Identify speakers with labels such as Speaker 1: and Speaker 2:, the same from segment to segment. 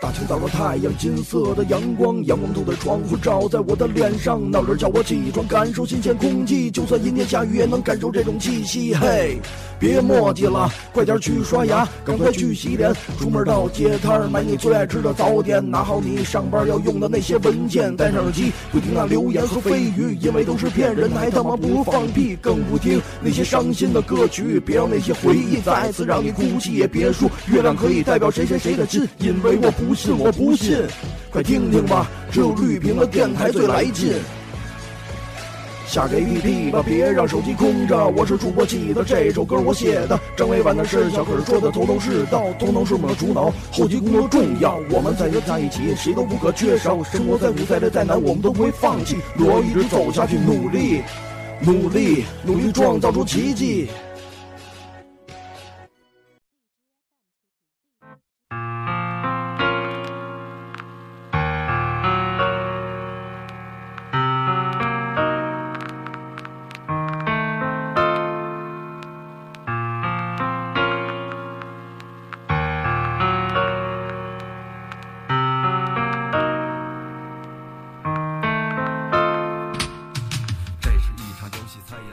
Speaker 1: 打听到了太阳金色的阳光，阳光透在窗户照在我的脸上，闹铃叫我起床，感受新鲜空气，就算阴天下雨也能感受这种气息。嘿，别墨迹了，快点去刷牙，赶快去洗脸，出门到街摊儿买你最爱吃的早点，拿好你上班要用的那些文件，戴上耳机，不听那流言和蜚语，因为都是骗人，还他妈不如放屁，更不听那些伤心的歌曲，别让那些回忆再次让你哭泣，也别说月亮可以代表谁谁谁的心，因为我不信，我不信，快听听吧，只有绿屏的电台最来劲。下给一屁吧，别让手机空着。我是主播记得这首歌我写的，张伟婉的事小可是说的头头是道，头脑是我们的主脑，后期工作重要。我们在这在一起，谁都不可缺少。生活再苦再累再难，我们都不会放弃。我一直走下去，努力，努力，努力创造出奇迹。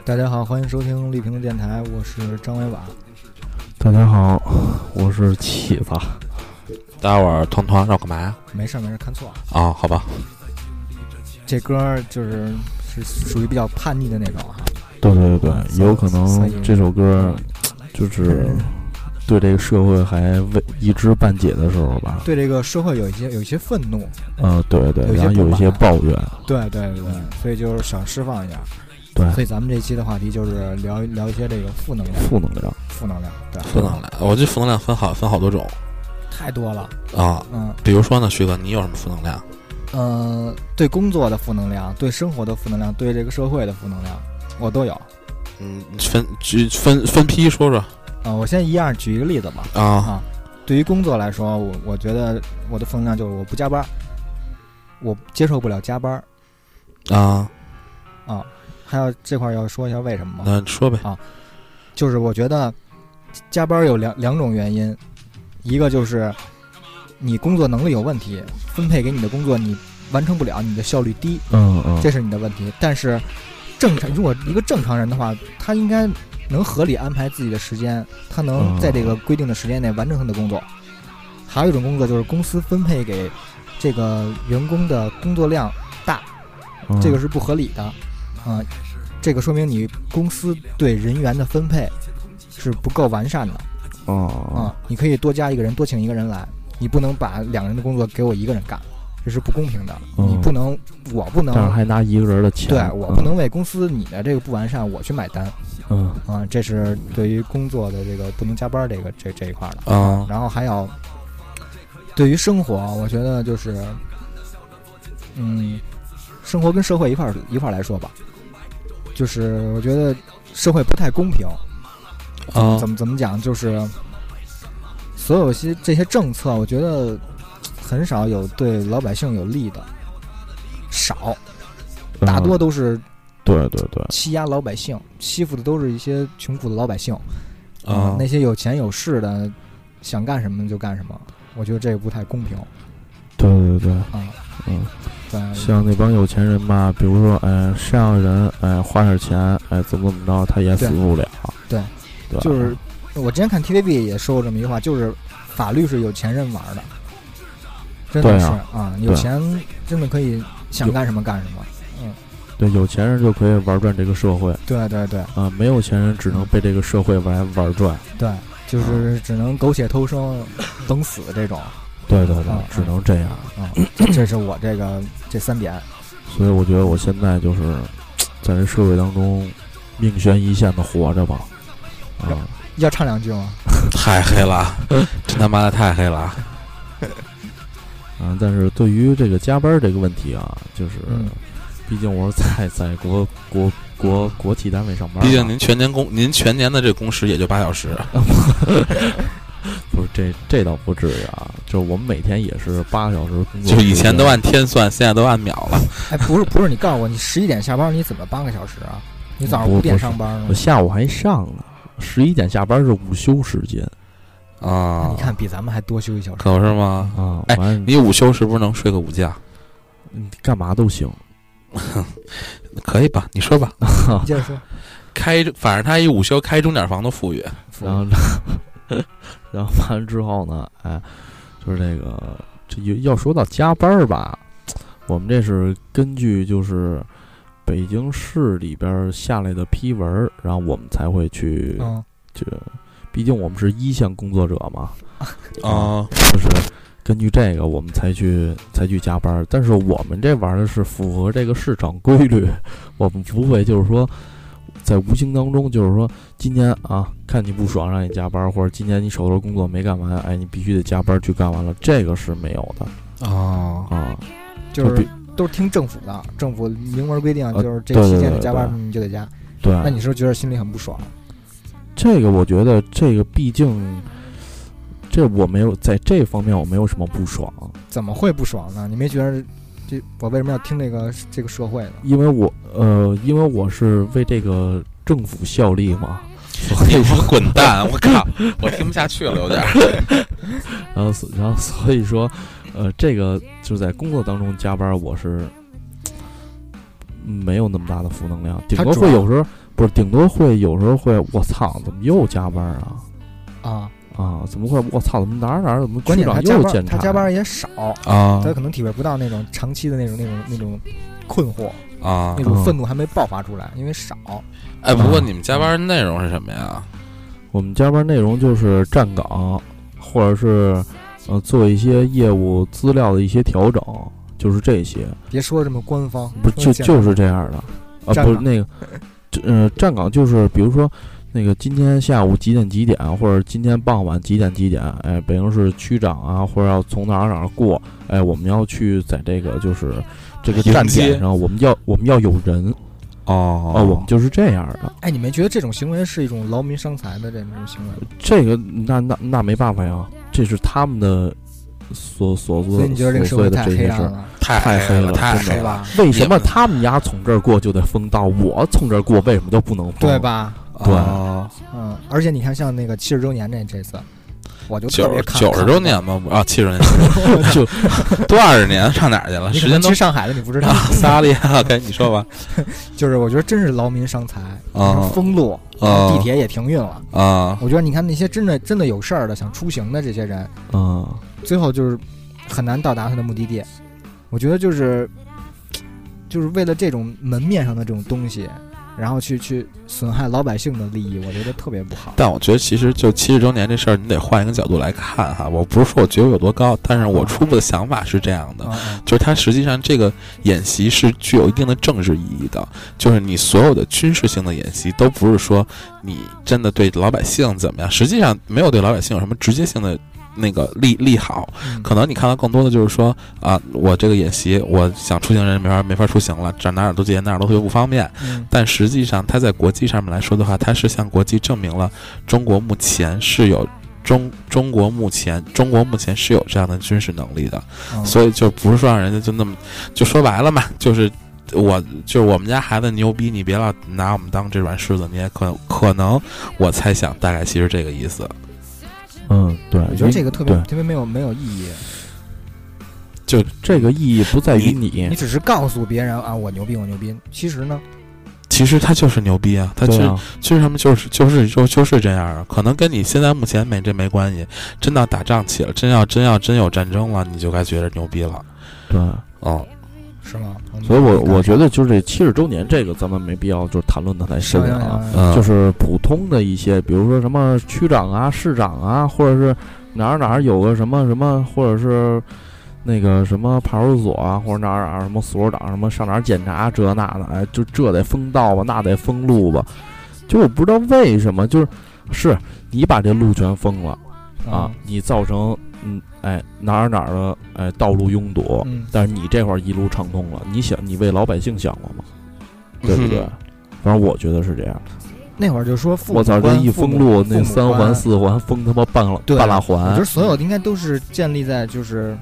Speaker 2: 大家好，欢迎收听丽萍电台，我是张伟婉。
Speaker 3: 大家好，我是启发。
Speaker 4: 待会儿团团要干嘛呀？
Speaker 2: 没事儿没事儿，看错了。
Speaker 4: 啊，好吧，
Speaker 2: 这歌儿就是是属于比较叛逆的那种啊哈。
Speaker 3: 对对对
Speaker 2: 嗯
Speaker 3: 对，有可
Speaker 2: 所以
Speaker 3: 能这首歌就是对这个社会还未一知半解的时候吧。
Speaker 2: 对这个社会有一些有一些愤怒，
Speaker 3: 嗯，对对，
Speaker 2: 有一些
Speaker 3: 然后有一些
Speaker 2: 不
Speaker 3: 抱怨。
Speaker 2: 对对对对，所以就是想释放一下。
Speaker 3: 对，
Speaker 2: 所以咱们这期的话题就是聊一聊一些这个负能量，
Speaker 3: 负能量。
Speaker 2: 负能量，对，
Speaker 4: 负能量，我这负能量分好分好多种
Speaker 2: 太多了。
Speaker 4: 啊。
Speaker 2: 嗯
Speaker 4: 比如说呢，徐哥，你有什么负能量？
Speaker 2: 呃，对工作的负能量，对生活的负能量，对这个社会的负能量，我都有。
Speaker 4: 嗯，分举分分批说说
Speaker 2: 啊、我先一样举一个例子吧。
Speaker 4: 啊。
Speaker 2: 啊，对于工作来说，我我觉得我的负能量就是我不加班儿，我接受不了加班儿
Speaker 4: 啊，
Speaker 2: 啊。还有这块儿要说一下为什么吗？
Speaker 4: 那你说呗。
Speaker 2: 就是我觉得加班儿有两两种原因，一个就是你工作能力有问题，分配给你的工作你完成不了，你的效率低，
Speaker 3: 嗯嗯，
Speaker 2: 这是你的问题。但是正常，如果一个正常人的话，他应该能合理安排自己的时间，他能
Speaker 3: 嗯
Speaker 2: 在这个规定的时间内完成他的工作。还有一种工作就是公司分配给这个员工的工作量，
Speaker 3: 嗯
Speaker 2: 这个是不合理的，啊、这个说明你公司对人员的分配是不够完善的
Speaker 3: 哦
Speaker 2: 啊、你可以多加一个人，多请一个人来，你不能把两个人的工作给我一个人干，这是不公平的。你
Speaker 3: 嗯
Speaker 2: 不能，我不能
Speaker 3: 但是还拿一个人的钱。
Speaker 2: 对我不能为公司你的这个不完善我去买单
Speaker 3: 嗯。嗯
Speaker 2: 啊，这是对于工作的这个不能加班儿这个这这一块儿的。
Speaker 4: 啊
Speaker 2: 然后还有对于生活，我觉得就是，嗯，生活跟社会一块儿一块儿来说吧，就是我觉得社会不太公平。
Speaker 4: 啊
Speaker 2: 怎么怎么讲，就是所有些这些政策，我觉得很少有对老百姓有利的，少，大多都是
Speaker 3: 嗯对对对，
Speaker 2: 欺压老百姓，欺负的都是一些穷苦的老百姓
Speaker 4: 啊
Speaker 2: 那些有钱有势的，想干什么就干什么。我觉得这个不太公平
Speaker 3: 对对对，
Speaker 2: 啊。
Speaker 3: 嗯，
Speaker 2: 对，
Speaker 3: 像那帮有钱人吧，比如说，哎，谁让人哎花点钱，哎怎么怎么着，他也
Speaker 2: 对
Speaker 3: 死不了。
Speaker 2: 对，
Speaker 3: 对吧，
Speaker 2: 就是我之前看 TVB 也说过这么一句话，就是法律是有钱人玩的，真的
Speaker 3: 对
Speaker 2: 是
Speaker 3: 啊
Speaker 2: 啊，有
Speaker 3: 对
Speaker 2: 钱真的可以想
Speaker 3: 有
Speaker 2: 干什么干什么。
Speaker 3: 对有钱人就可以玩转这个社会。
Speaker 2: 对对对
Speaker 3: 啊，没有钱人只能被这个社会玩玩转。
Speaker 2: 对，
Speaker 3: 啊
Speaker 2: 就是只能苟且偷生、等死这种啊。
Speaker 3: 对对对
Speaker 2: 啊，
Speaker 3: 只能这样。
Speaker 2: 这是我这个这三点。
Speaker 3: 所以我觉得我现在就是在这社会当中命悬一线的活着吧。啊，
Speaker 2: 要唱两句吗？
Speaker 4: 太黑 了，真他妈的太黑了。
Speaker 3: 嗯、但是对于这个加班儿这个问题啊，就是、
Speaker 2: 嗯
Speaker 3: 毕竟我是在在国国国国企单位上班嘛，啊
Speaker 4: 毕竟您全年工，您全年的这工时也就八小时。
Speaker 3: 不是这这倒不至于啊，就是我们每天也是八小时工作时
Speaker 4: 就
Speaker 3: 间，
Speaker 4: 以前都按天算，现在都按秒了。
Speaker 2: 哎，不是不是，你告诉我，你十一点下班，你怎么八个小时啊？你早上
Speaker 3: 不
Speaker 2: 五点
Speaker 3: 不是
Speaker 2: 上班
Speaker 3: 我
Speaker 2: 呢？
Speaker 3: 下午还上呢，十一点下班是午休时间。
Speaker 4: 啊
Speaker 2: 你，看比咱们还多休一小时。
Speaker 4: 可是吗？
Speaker 3: 啊，
Speaker 4: 哎
Speaker 3: 完了你
Speaker 4: 你午休是不是能睡个午觉？
Speaker 3: 你干嘛都行，
Speaker 4: 可以吧？你说吧，
Speaker 2: 你接着说，
Speaker 4: 开反正他一午休开钟点房都富裕，
Speaker 3: 然后， 然后完了之后呢，哎，就是这个，这也要说到加班儿吧，我们这是根据就是北京市里边儿下来的批文儿，然后我们才会去，
Speaker 2: 嗯，
Speaker 3: 就毕竟我们是一线工作者嘛，
Speaker 4: 啊，
Speaker 3: 就是根据这个我们才去才去加班儿。但是我们这玩的是符合这个市场规律，我们不会就是说在无形当中就是说今天啊看你不爽让你加班儿，或者今天你手头工作没干完，哎你必须得加班儿去干完了，这个是没有的
Speaker 4: 哦，
Speaker 3: 啊。
Speaker 2: 就
Speaker 3: 就是比
Speaker 2: 都是听政府的，政府明文规定，
Speaker 3: 呃
Speaker 2: 就是这
Speaker 3: 对
Speaker 2: 期
Speaker 3: 对
Speaker 2: 间的
Speaker 3: 对
Speaker 2: 加班
Speaker 3: 对哎
Speaker 2: 你就得加。
Speaker 3: 对，
Speaker 2: 那你是不是觉得心里很不爽？
Speaker 3: 这个我觉得这个毕竟。这我没有在这方面我没有什么不爽，
Speaker 2: 怎么会不爽呢？你没觉得这我为什么要听这个这个社会呢？
Speaker 3: 因为我呃，因为我是为这个政府效力嘛，所
Speaker 4: 你
Speaker 3: 以
Speaker 4: 给我滚蛋！我靠，我听不下去了，有点儿。
Speaker 3: 然后所然后所以说，呃，这个就是在工作当中加班，我是嗯没有那么大的负能量，顶
Speaker 2: 它
Speaker 3: 多
Speaker 2: 主
Speaker 3: 会
Speaker 2: 要
Speaker 3: 有时候不是，顶多会有时候会我操，怎么又加班啊？
Speaker 2: 啊，
Speaker 3: 啊，怎么会我操？怎么哪儿哪儿怎么
Speaker 2: 关
Speaker 3: 区
Speaker 2: 键他
Speaker 3: 长
Speaker 2: 加
Speaker 3: 又
Speaker 2: 班，
Speaker 3: 检查
Speaker 2: 他
Speaker 3: 呀？
Speaker 2: 加班也少，
Speaker 4: 啊
Speaker 2: 他可能体会不到那种长期的那种那种那种困惑，
Speaker 4: 啊
Speaker 2: 那！种
Speaker 3: 嗯
Speaker 2: 愤怒还没爆发出来，因为少。
Speaker 4: 哎，不过你们加班内容是什么呀？
Speaker 3: 我们加班内容就是站岗，或者是呃做一些业务资料的一些调整，就是这些。
Speaker 2: 别说这么官方，
Speaker 3: 不就
Speaker 2: 说简
Speaker 3: 就是这样的啊？
Speaker 2: 站
Speaker 3: 不是
Speaker 2: 岗
Speaker 3: 那个，这呃，站岗就是比如说那个今天下午几点几点，或者今天傍晚几点几点，哎，北京市区长啊，或者要从哪儿哪儿过，哎，我们要去在这个就是这个
Speaker 4: 迎
Speaker 3: 站
Speaker 4: 接
Speaker 3: 点上，我们要我们要有人
Speaker 4: 哦
Speaker 3: 啊，我们就是这样的。
Speaker 2: 哎，你没觉得这种行为是一种劳民伤财的这种行为吗？
Speaker 3: 这个那那那没办法呀，这是他们的所所做
Speaker 2: 所以你觉得这个社
Speaker 3: 所
Speaker 2: 会
Speaker 3: 谓的
Speaker 2: 太
Speaker 3: 这
Speaker 2: 黑
Speaker 3: 些
Speaker 2: 暗
Speaker 3: 事儿。
Speaker 2: 了，
Speaker 4: 太
Speaker 3: 太黑了
Speaker 4: 太
Speaker 3: 真的
Speaker 2: 对
Speaker 4: 黑了，
Speaker 2: 吧？
Speaker 3: 为什么他们家从这儿过就得封道，我从这儿过为什么就不能封？
Speaker 2: 对？吧？
Speaker 3: 对
Speaker 4: 哦
Speaker 2: 嗯，而且你看，像那个七十周年这这次，我就特
Speaker 4: 九
Speaker 2: 别
Speaker 4: 十
Speaker 2: 看
Speaker 4: 九十周，年吗？啊，七十年，
Speaker 3: 就
Speaker 4: 多少年上哪儿去了？
Speaker 2: 你可
Speaker 4: 时
Speaker 2: 能
Speaker 4: 间都
Speaker 2: 去上海了，你不知道
Speaker 4: 啊，，萨利亚，该你说吧。
Speaker 2: 就是我觉得真是劳民伤财
Speaker 4: 啊
Speaker 2: 封路，
Speaker 4: 啊
Speaker 2: 地铁也停运了。
Speaker 4: 啊
Speaker 2: 我觉得你看那些真的真的有事儿的想出行的这些人，
Speaker 3: 嗯。
Speaker 2: 最后就是很难到达他的目的地。我觉得就是就是为了这种门面上的这种东西，然后去去损害老百姓的利益，我觉得特别不好。
Speaker 4: 但我觉得其实就七十周年这事儿，你得换一个角度来看哈。我不是说我觉得有多高，但是我初步的想法是这样的，
Speaker 2: 嗯嗯
Speaker 4: 就是它实际上这个演习是具有一定的政治意义的，就是你所有的军事性的演习都不是说你真的对老百姓怎么样，实际上没有对老百姓有什么直接性的那个利利好，
Speaker 2: 嗯
Speaker 4: 可能你看到更多的就是说啊，我这个演习，我想出行人没法没法出行了，这哪哪儿都戒严，哪儿都特别不方便。
Speaker 2: 嗯
Speaker 4: 但实际上，它在国际上面来说的话，它是向国际证明了中国目前是有中中国目前中国目前是有这样的军事能力的，
Speaker 2: 嗯
Speaker 4: 所以就不是说让人家就那么就说白了嘛，就是。我就是我们家孩子牛逼，你别老拿我们当这软柿子捏。可可能我猜想大概其实这个意思，
Speaker 3: 嗯，对，
Speaker 2: 我觉得这个特别
Speaker 3: 对
Speaker 2: 特别没有没有意义。
Speaker 3: 这个意义不在于你，
Speaker 2: 你只是告诉别人啊，我牛逼，我牛逼。其实呢，
Speaker 4: 其实他就是牛逼啊，他就
Speaker 3: 对
Speaker 4: 是
Speaker 3: 啊，
Speaker 4: 军事上面就是就是就就是这样啊，可能跟你现在目前没这没关系。真到打仗起了，真要真要真有战争了，你就该觉得牛逼了。
Speaker 3: 对，啊
Speaker 4: 嗯，
Speaker 2: 是吗？哦
Speaker 3: 所以我我觉得就是这七十周年这个，咱们没必要就是谈论的太深了啊，
Speaker 4: 嗯
Speaker 3: 就是普通的一些，比如说什么区长啊、市长啊，或者是哪儿哪儿有个什么什么，或者是那个什么派出所啊，或者哪儿哪儿什么所长什么上哪儿检查这那的，哎，就这得封道吧，那得封路吧，就我不知道为什么，就是是你把这路全封了。啊，，你造成嗯，哎哪儿哪儿的哎道路拥堵，
Speaker 2: 嗯
Speaker 3: 但是你这块儿一路畅通了，你想你为老百姓想过吗？对不对
Speaker 4: 嗯？
Speaker 3: 反正我觉得是这样。
Speaker 2: 嗯，那会儿就说父母
Speaker 3: 我操，这
Speaker 2: 官
Speaker 3: 一
Speaker 2: 父
Speaker 3: 封
Speaker 2: 母
Speaker 3: 路，
Speaker 2: 父
Speaker 3: 那
Speaker 2: 母
Speaker 3: 三
Speaker 2: 官
Speaker 3: 环四环封他妈半拉
Speaker 2: 对
Speaker 3: 半拉
Speaker 2: 我
Speaker 3: 环
Speaker 2: 觉得，所有的应该都是建立在就是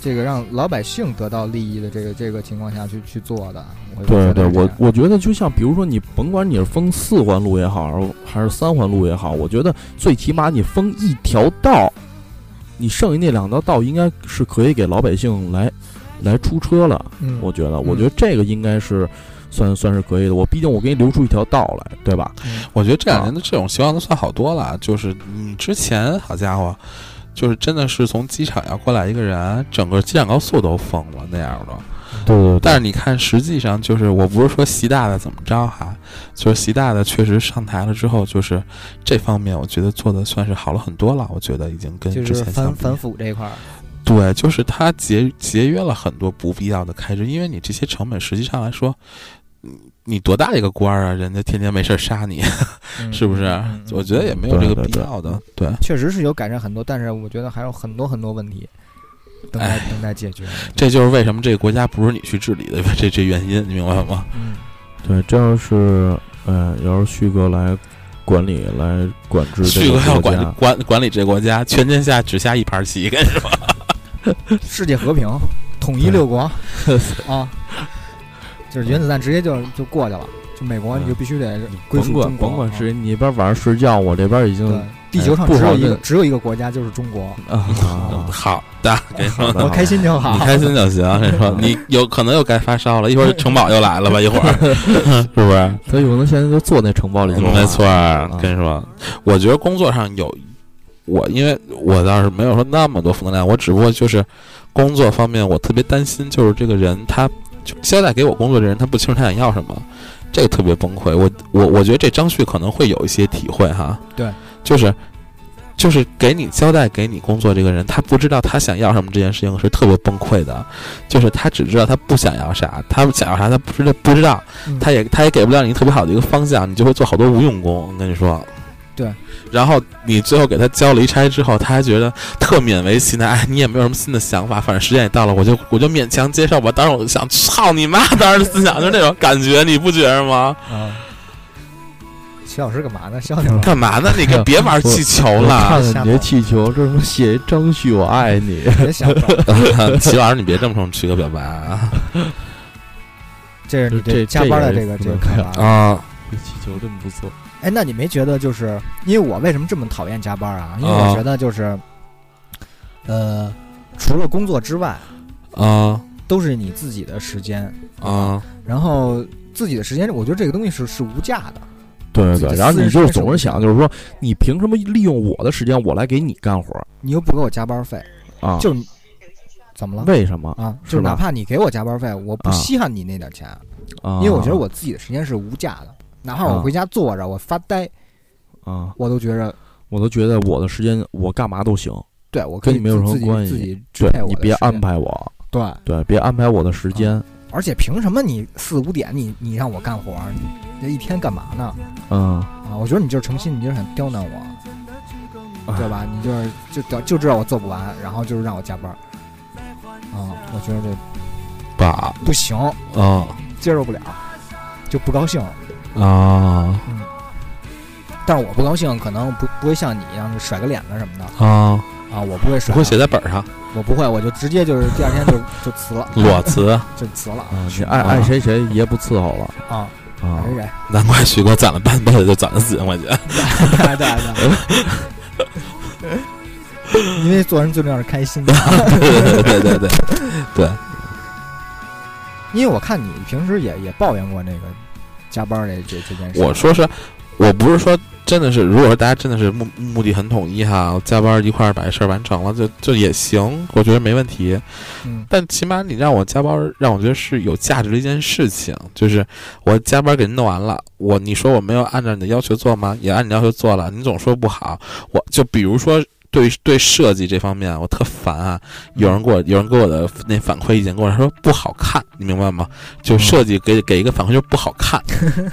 Speaker 2: 这个让老百姓得到利益的这个这个情况下去去做的。我觉
Speaker 3: 对
Speaker 2: 得
Speaker 3: 对，
Speaker 2: 是这
Speaker 3: 我
Speaker 2: 样
Speaker 3: 我觉得就像比如说你甭管你是封四环路也好，还是三环路也好，我觉得最起码你封一条道，你剩下那两条道应该是可以给老百姓来来出车了。
Speaker 2: 嗯
Speaker 3: 我觉得，我觉得这个应该是算算是可以的。我毕竟我给你留出一条道来，对吧？
Speaker 4: 我觉得
Speaker 2: 啊
Speaker 4: 这两年的这种情况都算好多了。啊就是你之前，好家伙，就是真的是从机场要过来一个人，整个机场高速都封了那样的。
Speaker 3: 对对
Speaker 4: 但是你看，实际上就是我不是说习大大怎么着哈、就是习大大确实上台了之后，就是这方面我觉得做的算是好了很多了。我觉得已经跟
Speaker 2: 就
Speaker 4: 之
Speaker 2: 是
Speaker 4: 前相
Speaker 2: 反
Speaker 4: 比，
Speaker 2: 反腐这一块儿，
Speaker 4: 对，就是他节节约了很多不必要的开支，因为你这些成本实际上来说，你你多大一个官儿啊，人家天天没事儿杀你，
Speaker 2: 嗯
Speaker 4: 是不是
Speaker 2: 嗯嗯？
Speaker 4: 我觉得也没有这个必要的。对，
Speaker 2: 确实是有改善很多，但是我觉得还有很多很多问题等待等待解决。
Speaker 4: 这就是为什么这个国家不是你去治理的 这这原因，你明白吗？
Speaker 2: 嗯，
Speaker 3: 对，这要是呃，要是旭哥来管理来管制
Speaker 4: 旭
Speaker 3: 这
Speaker 4: 哥
Speaker 3: 个
Speaker 4: 要
Speaker 3: 国
Speaker 4: 管
Speaker 3: 家，
Speaker 4: 管管理这国家，全天下只下一盘棋，跟你说。
Speaker 2: 世界和 平，统一
Speaker 3: 对
Speaker 2: 六国啊，就是原子弹直接就就过去了，就美国
Speaker 3: 嗯
Speaker 2: 你就必须得归
Speaker 3: 甭
Speaker 2: 属
Speaker 3: 管
Speaker 2: 中国，
Speaker 3: 甭管
Speaker 2: 啊
Speaker 3: 谁，你一边晚上睡觉，我这边已经
Speaker 2: 对。地球上
Speaker 3: 不
Speaker 2: 只
Speaker 3: 好
Speaker 2: 有一个
Speaker 3: 认
Speaker 2: 只有一个国家，就是中国。
Speaker 3: 啊，啊
Speaker 4: 好的，跟你说，
Speaker 2: 我开心就好
Speaker 4: 你。开心就行。跟你说，你有可能又该发烧了，一会儿城堡又来了吧？一会 儿是不是？
Speaker 3: 他有可能现在就坐那城堡里去啊了。
Speaker 4: 嗯没错儿，
Speaker 3: 嗯
Speaker 4: 跟你说，我觉得工作上有我，因为我倒是没有说那么多负能量，我只不过就是工作方面，我特别担心，就是这个人他就交代给我工作的人，他不清楚他想要什么，这个特别崩溃。我我我觉得这张旭可能会有一些体会哈，
Speaker 2: 对，
Speaker 4: 就是。就是给你交代给你工作这个人，他不知道他想要什么这件事情是特别崩溃的，就是他只知道他不想要啥，他想要啥他不知道不知道，
Speaker 2: 嗯
Speaker 4: 他也他也给不了你特别好的一个方向，你就会做好多无用功。我跟你说，
Speaker 2: 对。
Speaker 4: 然后你最后给他交了一差之后，他还觉得特勉为其难，哎，你也没有什么新的想法，反正时间也到了，我就我就勉强接受吧。当时我就想，操你妈！当时思想就是那种感觉，你不觉着 吗？
Speaker 2: 啊，齐老师干嘛呢？笑 笑
Speaker 4: 干嘛呢？你可别玩气球
Speaker 3: 我
Speaker 4: 了
Speaker 3: 看，看你这气球，这什么写一张旭我爱你，
Speaker 2: 别想着，
Speaker 4: 齐老师，你别这么冲曲哥表白啊！
Speaker 2: 这是你
Speaker 3: 这
Speaker 2: 加班的
Speaker 3: 这
Speaker 2: 这个
Speaker 3: 个
Speaker 2: 这个
Speaker 3: 不
Speaker 2: 看
Speaker 3: 能
Speaker 2: 法。
Speaker 4: 啊，
Speaker 3: 这气球真不错。
Speaker 2: 哎，那你没觉得就是因为我为什么这么讨厌加班啊？因为
Speaker 4: 啊
Speaker 2: 我觉得就是，呃，除了工作之外，
Speaker 4: 啊
Speaker 2: 都是你自己的时间，
Speaker 4: 啊！
Speaker 2: 然后自己的时间，我觉得这个东西是是无价的。
Speaker 3: 对对
Speaker 2: 自己
Speaker 3: 对，
Speaker 2: 的
Speaker 3: 然后
Speaker 2: 私
Speaker 3: 你
Speaker 2: 人
Speaker 3: 就
Speaker 2: 时间
Speaker 3: 总是
Speaker 2: 是不
Speaker 3: 想，就是说，你凭什么利用我的时间，我来给你干活儿
Speaker 2: 你又不给我加班费，
Speaker 3: 啊？
Speaker 2: 就怎么了？
Speaker 3: 为什么
Speaker 2: 啊，
Speaker 3: 是
Speaker 2: 就是
Speaker 3: 吧
Speaker 2: 哪怕你给我加班费，我不
Speaker 3: 啊
Speaker 2: 稀罕你那点钱，
Speaker 3: 啊？
Speaker 2: 因为我觉得我自己的时间是无价的。哪怕我
Speaker 3: 啊
Speaker 2: 回家坐着，我发呆，
Speaker 3: 啊，
Speaker 2: 我都觉着
Speaker 3: 我都觉得我的时间我干嘛都行，
Speaker 2: 对我可
Speaker 3: 跟
Speaker 2: 以
Speaker 3: 你没有
Speaker 2: 自
Speaker 3: 什么
Speaker 2: 自己
Speaker 3: 关系
Speaker 2: 自己支
Speaker 3: 对
Speaker 2: 配我
Speaker 3: 你
Speaker 2: 的
Speaker 3: 别
Speaker 2: 时间
Speaker 3: 安。排我，
Speaker 2: 对，
Speaker 3: 对，别安排我的时间，
Speaker 2: 而且凭什么你四五点你你让我干活儿，你这一天干嘛呢？
Speaker 3: 嗯，
Speaker 2: 啊，我觉得你就是诚心，你就是想刁难我，
Speaker 3: 啊
Speaker 2: 对吧？你就是就就就知道我做不完，然后就是让我加班儿。啊，我觉得这
Speaker 4: 爸
Speaker 2: 不行，
Speaker 4: 啊
Speaker 2: 接受不了，就不高兴了。
Speaker 4: 啊
Speaker 2: 但是我不高兴，可能不不会像你一样就甩个脸子什么的
Speaker 4: 啊！
Speaker 2: 啊，我不会
Speaker 4: 不
Speaker 2: 甩，
Speaker 4: 会写在本上，
Speaker 2: 我不会，我就直接就是第二天就就辞了，
Speaker 4: 裸 辞。
Speaker 2: 就辞了，
Speaker 3: 啊，你爱爱谁谁爷不伺候了
Speaker 2: 啊，
Speaker 3: 啊
Speaker 2: 谁，谁，
Speaker 4: 难怪徐哥攒了半辈子就攒了四千块钱。
Speaker 2: 对对对。因为做人最重要是开心嘛，
Speaker 4: 对对对对
Speaker 2: 因为我看你平时也也抱怨过那个加班儿这这这件事。
Speaker 4: 对，我说是，我不是说真的是，如果说大家真的是目目的很统一哈，加班一块儿把这事儿完成了，就就也行，我觉得没问题。
Speaker 2: 嗯，
Speaker 4: 但起码你让我加班，让我觉得是有价值的一件事情，就是我加班给您弄完了，我你说我没有按照你的要求做吗？也按你要求做了，你总说不好，我就比如说。对对，设计这方面我特烦啊！有人给我，有人给我的那反馈意见跟我说不好看，你明白吗？
Speaker 2: 嗯
Speaker 4: 就设计给给一个反馈就是不好 看，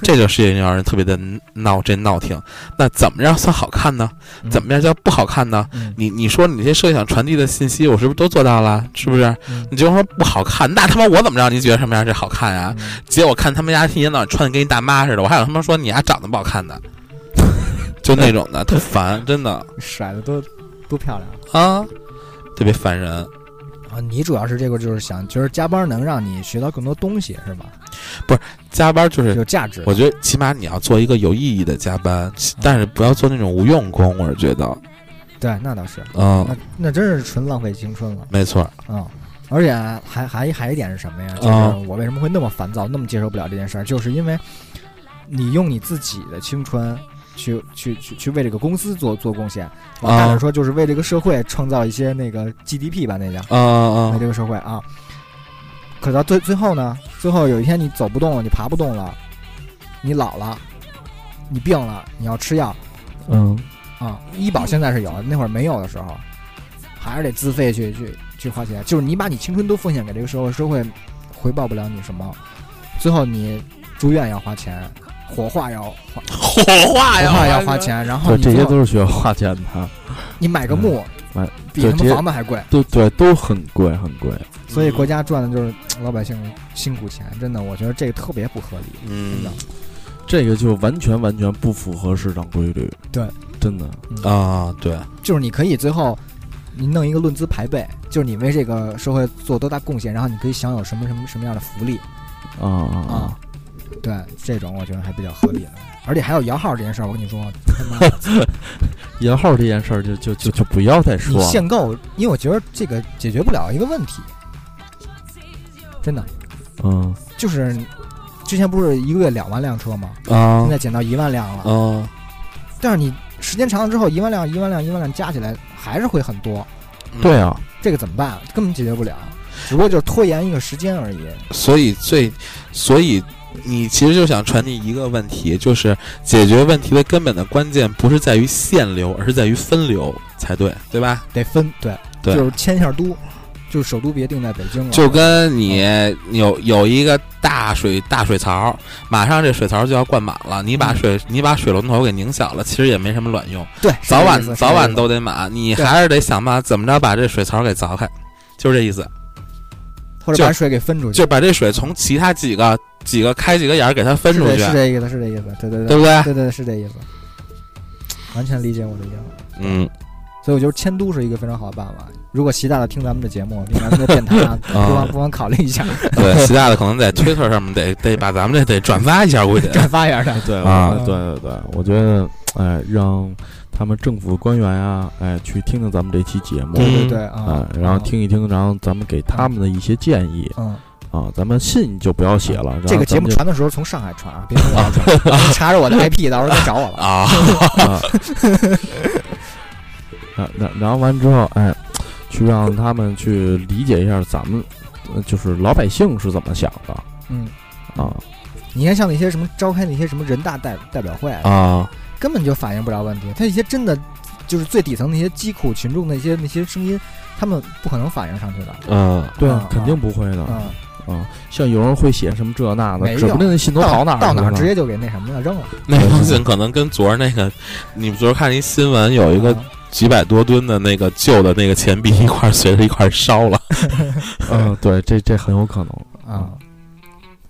Speaker 4: 这个事情让人特别的闹这闹挺。那怎么样算好看呢？
Speaker 2: 嗯
Speaker 4: 怎么样叫不好看呢？
Speaker 2: 嗯
Speaker 4: 你你说你这些设计想传递的信息，我是不是都做到了？是不是？
Speaker 2: 嗯
Speaker 4: 你就说不好看，那他妈我怎么让你觉得什么样是好看呀、
Speaker 2: 嗯
Speaker 4: 结果看他们家一天到晚穿的跟一大妈似的，我还有他妈说你丫长得不好看的， 就那种的， 特烦，真的
Speaker 2: 甩的多多漂亮
Speaker 4: 啊，特别烦人。
Speaker 2: 啊！啊，你主要是这个就是想，觉得加班能让你学到更多东西，是吧？
Speaker 4: 加班就是。
Speaker 2: 有价值。
Speaker 4: 我觉得起码你要做一个有意义的加班，但是不要做那种无用功。我是觉得，
Speaker 2: 对，那倒是，
Speaker 4: 嗯，
Speaker 2: 那那真是纯浪费青春了
Speaker 4: 没错，
Speaker 2: 啊、嗯！而且还还还一点是什么呀？就
Speaker 4: 啊
Speaker 2: 是我为什么会那么烦躁，那么接受不了这件事儿，就是因为你用你自己的青春去去去去为这个公司做做贡献，往大点说就是为这个社会创造一些那个 GDP 吧，那叫。
Speaker 4: 嗯
Speaker 2: 在
Speaker 4: 嗯
Speaker 2: 这个社会啊。可到最最后呢，最后有一天你走不动了，你爬不动了，你老了，你病了，你要吃药
Speaker 3: 嗯，
Speaker 2: 啊。医保现在是有，那会儿没有的时候，还是得自费去去去花钱。就是你把你青春都奉献给这个社会，社会回报不了你什么。最后你住院要花钱，火化要花，
Speaker 4: 火化
Speaker 2: 火化要花，钱，然后
Speaker 3: 对，
Speaker 2: 你
Speaker 3: 这些
Speaker 2: 最后
Speaker 3: 都是需要花钱 的，
Speaker 2: 你买个墓，
Speaker 3: 嗯买
Speaker 2: 比
Speaker 3: 对
Speaker 2: 他
Speaker 3: 这
Speaker 2: 们
Speaker 3: 些
Speaker 2: 房子还贵。
Speaker 3: 都对，都很贵，很贵。
Speaker 2: 所以国家赚的就是老百姓辛苦钱，真的，我觉得这个特别不合理。真
Speaker 4: 嗯
Speaker 2: 的
Speaker 3: 这个就完全完全不符合市场规律。
Speaker 2: 对，
Speaker 3: 真的，
Speaker 2: 嗯
Speaker 4: 啊，对，
Speaker 2: 就是你可以最后你弄一个论资排辈，就是你为这个社会做多大贡献，然后你可以享有什么什么什么样的福利
Speaker 3: 啊啊
Speaker 2: 啊！对，这种我觉得还比较合理的。而且还有摇号这件事儿，我跟你 说，他妈的
Speaker 3: 摇号这件事儿就就就就不要再说
Speaker 2: 你
Speaker 3: 了。
Speaker 2: 限购，因为我觉得这个解决不了一个问题，真的
Speaker 3: 嗯
Speaker 2: 就是之前不是一个月两万辆车吗？
Speaker 4: 啊
Speaker 2: 现在减到一万辆了，
Speaker 4: 啊，
Speaker 2: 但是你时间长了之后，一万辆、一万辆、一万辆加起来还是会很多，
Speaker 3: 对啊，
Speaker 2: 这个怎么办？根本解决不了，只不过就是拖延一个时间而已。
Speaker 4: 所以最，所以你其实就想传递一个问题，就是解决问题的根本的关键不是在于限流，而是在于分流才对，对吧？
Speaker 2: 得分，对，
Speaker 4: 对
Speaker 2: 就是迁一下都，就是首都别定在北京了，
Speaker 4: 就跟你有有一个大水大水槽，马上这水槽就要灌满了，你把
Speaker 2: 嗯
Speaker 4: 水你把水龙头给拧小了，其实也没什么卵用，
Speaker 2: 对，是
Speaker 4: 早
Speaker 2: 这意
Speaker 4: 晚
Speaker 2: 思
Speaker 4: 早晚，
Speaker 2: 是
Speaker 4: 都得满，你
Speaker 2: 对
Speaker 4: 还是得想办法怎么着把这水槽给凿开，就是这意思，
Speaker 2: 这意思或者把
Speaker 4: 就
Speaker 2: 水给分出去，
Speaker 4: 就把这水从其他几个几个开几个眼儿给它分
Speaker 2: 是
Speaker 4: 出
Speaker 2: 这
Speaker 4: 去，
Speaker 2: 是这意思，是这意思，对对
Speaker 4: 对
Speaker 2: 对
Speaker 4: 不对？
Speaker 2: 对对是这意思，完全理解我的意思。
Speaker 4: 嗯。
Speaker 2: 所以我觉得迁都是一个非常好的办法。如果习大大听咱们的节目，听咱们的电 台啊，不妨不妨考虑一下，
Speaker 4: 对，习大大可能在推特上面得得把咱们这得转发一下，估计。
Speaker 2: 转发一下的。
Speaker 3: 对
Speaker 4: 啊
Speaker 3: 我对对对，我觉得，哎，让他们政府官员啊，哎，去听听咱们这期节目，
Speaker 2: 对
Speaker 4: 嗯
Speaker 2: 对对啊
Speaker 3: 哎，，然后，听一听，然后咱们给他们的一些建议
Speaker 2: 嗯，
Speaker 3: 啊，咱们信就不要写了，然
Speaker 2: 啊
Speaker 3: 后
Speaker 2: 这个节
Speaker 3: 咱
Speaker 2: 目
Speaker 3: 们
Speaker 2: 传的时候从上海传啊，别从我这儿传， 你查着我的 IP，到时候再找我了。
Speaker 4: 啊，
Speaker 3: 就啊，然 然然后完之后，哎，去让他们去理解一下咱们，呃就是老百姓是怎么想的
Speaker 2: 嗯，
Speaker 3: 啊
Speaker 2: 你看像那些什么召开那些什么人大代代表会啊
Speaker 3: 啊，
Speaker 2: 根本就反映不了问题。他一些真的就是最底层那些疾苦群众那些那些声音，他们不可能反映上去的。
Speaker 4: 嗯，
Speaker 3: 对
Speaker 2: 啊
Speaker 3: 肯定不会的
Speaker 2: 嗯，
Speaker 3: 啊，像有人会写什么这那
Speaker 2: 没
Speaker 3: 的，指不定那信都
Speaker 2: 到
Speaker 3: 跑哪儿
Speaker 2: 到
Speaker 3: 去
Speaker 2: 哪儿
Speaker 3: 了
Speaker 2: 直接就给那什么了扔了。
Speaker 4: 那封信可能跟昨儿那个，你们昨儿看一新闻，有一个
Speaker 2: 啊
Speaker 4: 几百多吨的那个旧的那个钱币一块儿随着一块儿烧了。
Speaker 3: 嗯，对，这这很有可能。
Speaker 2: 啊，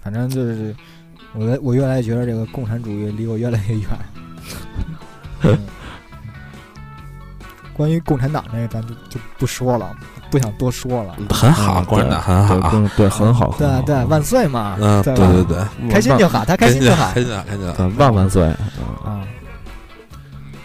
Speaker 2: 反正就是我越我越来越觉得这个共产主义离我越来 越远。嗯关于共产党这个，咱就就不说了，不想多说了。
Speaker 4: 很好，
Speaker 3: 嗯
Speaker 4: 共产党很
Speaker 3: 对对对，
Speaker 4: 好。
Speaker 3: 很好，
Speaker 2: 对
Speaker 3: 很好
Speaker 2: 对，万岁嘛，
Speaker 4: 嗯，对
Speaker 2: 对
Speaker 4: 对
Speaker 2: 吧？
Speaker 4: 对，
Speaker 2: 开心就好，他开心就好
Speaker 4: 开心就好，啊开心就好。
Speaker 3: 万万万岁！嗯
Speaker 2: 啊。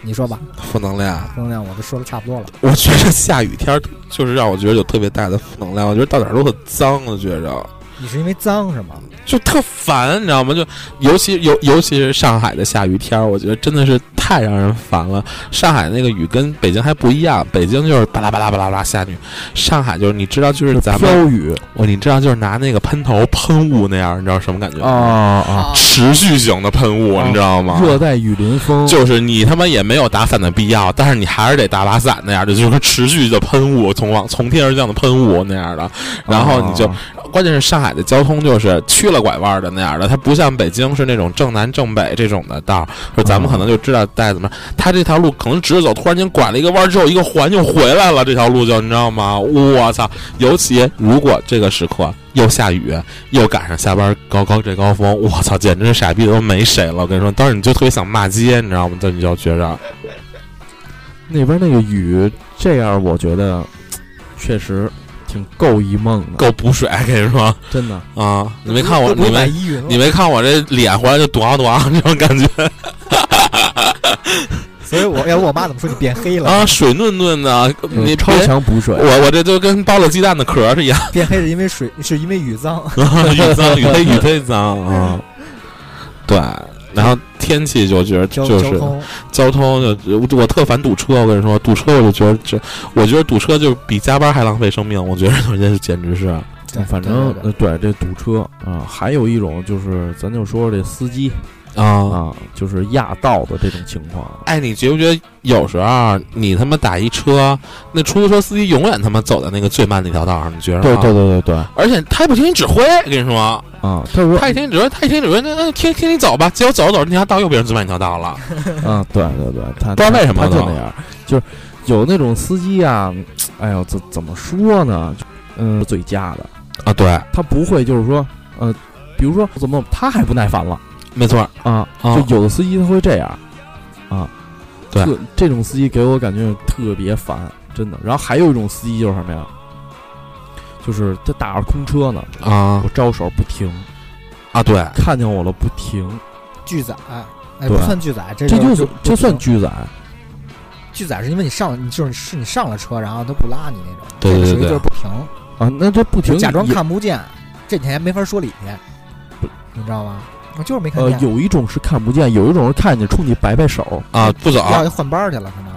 Speaker 2: 你说吧，
Speaker 4: 负能量，啊
Speaker 2: 能量我都说的差不多了。
Speaker 4: 我觉得下雨天儿就是让我觉得有特别大的负能量，我觉得到哪儿都很脏，啊我觉着。
Speaker 2: 你是因为脏是吗？
Speaker 4: 就特烦，你知道吗？就尤其尤尤其是上海的下雨天儿，我觉得真的是太让人烦了。上海那个雨跟北京还不一样，北京就是巴拉巴拉巴拉巴拉下雨，上海就是你知道就是咱们
Speaker 3: 飘雨
Speaker 4: 我你知道就是拿那个喷头喷雾那样，你知道什么感觉
Speaker 3: 啊
Speaker 4: 吗？
Speaker 3: 啊，
Speaker 4: 持续型的喷雾，
Speaker 3: 啊
Speaker 4: 你知道吗？
Speaker 3: 热嗯带雨林风，啊
Speaker 4: 就是你他妈也没有打伞的必要，但是你还是得打把伞那样的，就是持续的喷雾，从往从天而降的喷雾那样的，然后你就
Speaker 3: 啊
Speaker 4: 关键是上海的交通就是去了拐弯的那样的，它不像北京是那种正南正北这种的道，
Speaker 2: 嗯
Speaker 4: 就咱们可能就知道大概怎么样。它这条路可能直着走，突然间拐了一个弯之后，一个环就回来了，这条路就你知道吗？我操！尤其如果这个时刻又下雨，又赶上下班高高这高峰，我操，简直是傻逼都没谁了。我跟你说，当时你就特别想骂街，你知道吗？就你就觉着，
Speaker 3: 那边那个雨这样，我觉得确实挺够一梦的，
Speaker 4: 够补水，跟你说
Speaker 3: 真的。
Speaker 4: 啊！你没看我，
Speaker 2: 都不
Speaker 4: 你
Speaker 2: 用买
Speaker 4: 没
Speaker 2: 依云了
Speaker 4: 你没看我这脸回来就堵啊堵啊 这种感觉
Speaker 2: 所以我要哎问我妈怎么说你变黑了
Speaker 4: 啊，水嫩嫩的，你
Speaker 3: 嗯超
Speaker 4: 别
Speaker 3: 强补水，
Speaker 4: 我我这就跟剥了鸡蛋的壳儿是一样，
Speaker 2: 变黑是因为水，是因为雨脏。
Speaker 4: 雨 脏雨黑雨黑脏啊。对，然后天气就觉得
Speaker 2: 交
Speaker 4: 就
Speaker 2: 交
Speaker 4: 是
Speaker 3: 嗯
Speaker 2: 通，
Speaker 4: 交通就我我特烦堵车，我跟你说，堵车我就觉得这，我觉得堵车就比加班还浪费生命，我觉得这简 直是，
Speaker 2: 对
Speaker 3: 反
Speaker 2: 对
Speaker 3: 正
Speaker 2: 对
Speaker 3: 呃对这堵车啊，还有一种就是咱就说这司机
Speaker 4: 啊。
Speaker 3: 啊，就是压道的这种情况，
Speaker 4: 哎，你觉不觉得有时候啊你他妈打一车，那出租车司机永远他妈走在那个最慢那条道上，你觉得吗？
Speaker 3: 对对对
Speaker 4: 而且他也不听你指挥，跟你说，
Speaker 3: 啊，他说
Speaker 4: 他也听你指挥，他也听你指挥，那那听听你走吧，结果走着走着那条道又变成最慢一条道了，
Speaker 3: 啊，对对对，他
Speaker 4: 不知道为什么
Speaker 3: 他他就
Speaker 4: 都
Speaker 3: 那样，就是有那种司机啊，哎呦，怎怎么说呢？嗯，嘴夹的，
Speaker 4: 啊，对，
Speaker 3: 他不会就是说，呃，比如说怎么他还不耐烦了
Speaker 4: 没错，
Speaker 3: 啊，
Speaker 4: 啊
Speaker 3: 就有的司机他会这样啊，
Speaker 4: 对
Speaker 3: 特这种司机给我感觉特别烦，真的。然后还有一种司机就是什么呀？就是他打着空车呢，
Speaker 4: 啊
Speaker 3: 我招手不停，
Speaker 4: 啊，对，
Speaker 3: 看见我了不停，
Speaker 2: 拒载，哎，
Speaker 3: 对
Speaker 2: 不算拒载，这
Speaker 3: 这
Speaker 2: 就
Speaker 3: 就是这算拒载，
Speaker 2: 拒载，是因为你上，你就是是你上了车，然后他不拉你那种，
Speaker 4: 对
Speaker 2: 这
Speaker 4: 对
Speaker 2: 个属于
Speaker 4: 对
Speaker 2: 就是不停，
Speaker 3: 啊，那这不停
Speaker 2: 就假装
Speaker 3: 也
Speaker 2: 看不见，这你还没法说理去，你知道吗？我就是没看
Speaker 3: 呃，
Speaker 2: 见，
Speaker 3: 有一种是看不见，有一种是看见冲你摆摆手，
Speaker 4: 啊，不走，
Speaker 2: 要换班儿去了，可能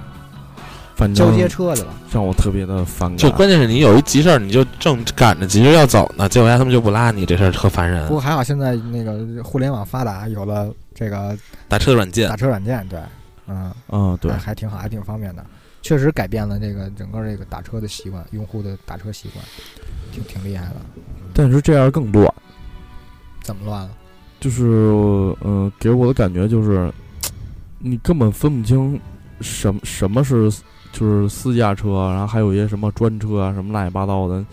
Speaker 3: 反正
Speaker 2: 交接车去了，
Speaker 3: 让我特别的反感。
Speaker 4: 就关键是你有一急事儿，你就正赶着急着要走呢，结果人家他们就不拉你，这事儿特烦人
Speaker 2: 不。过还好现在那个互联网发达，有了这个
Speaker 4: 打车的软件
Speaker 2: 打车软件，对，嗯，
Speaker 3: 嗯，对
Speaker 2: 还，还挺好，还挺方便的，确实改变了这个整个这个打车的习惯，用户的打车习惯，挺挺厉害的。
Speaker 3: 但是这样更乱，
Speaker 2: 怎么乱了？
Speaker 3: 就是嗯、呃给我的感觉就是，你根本分不清什么什么是就是私家车，然后还有一些什么专车啊，什么乱七八糟的。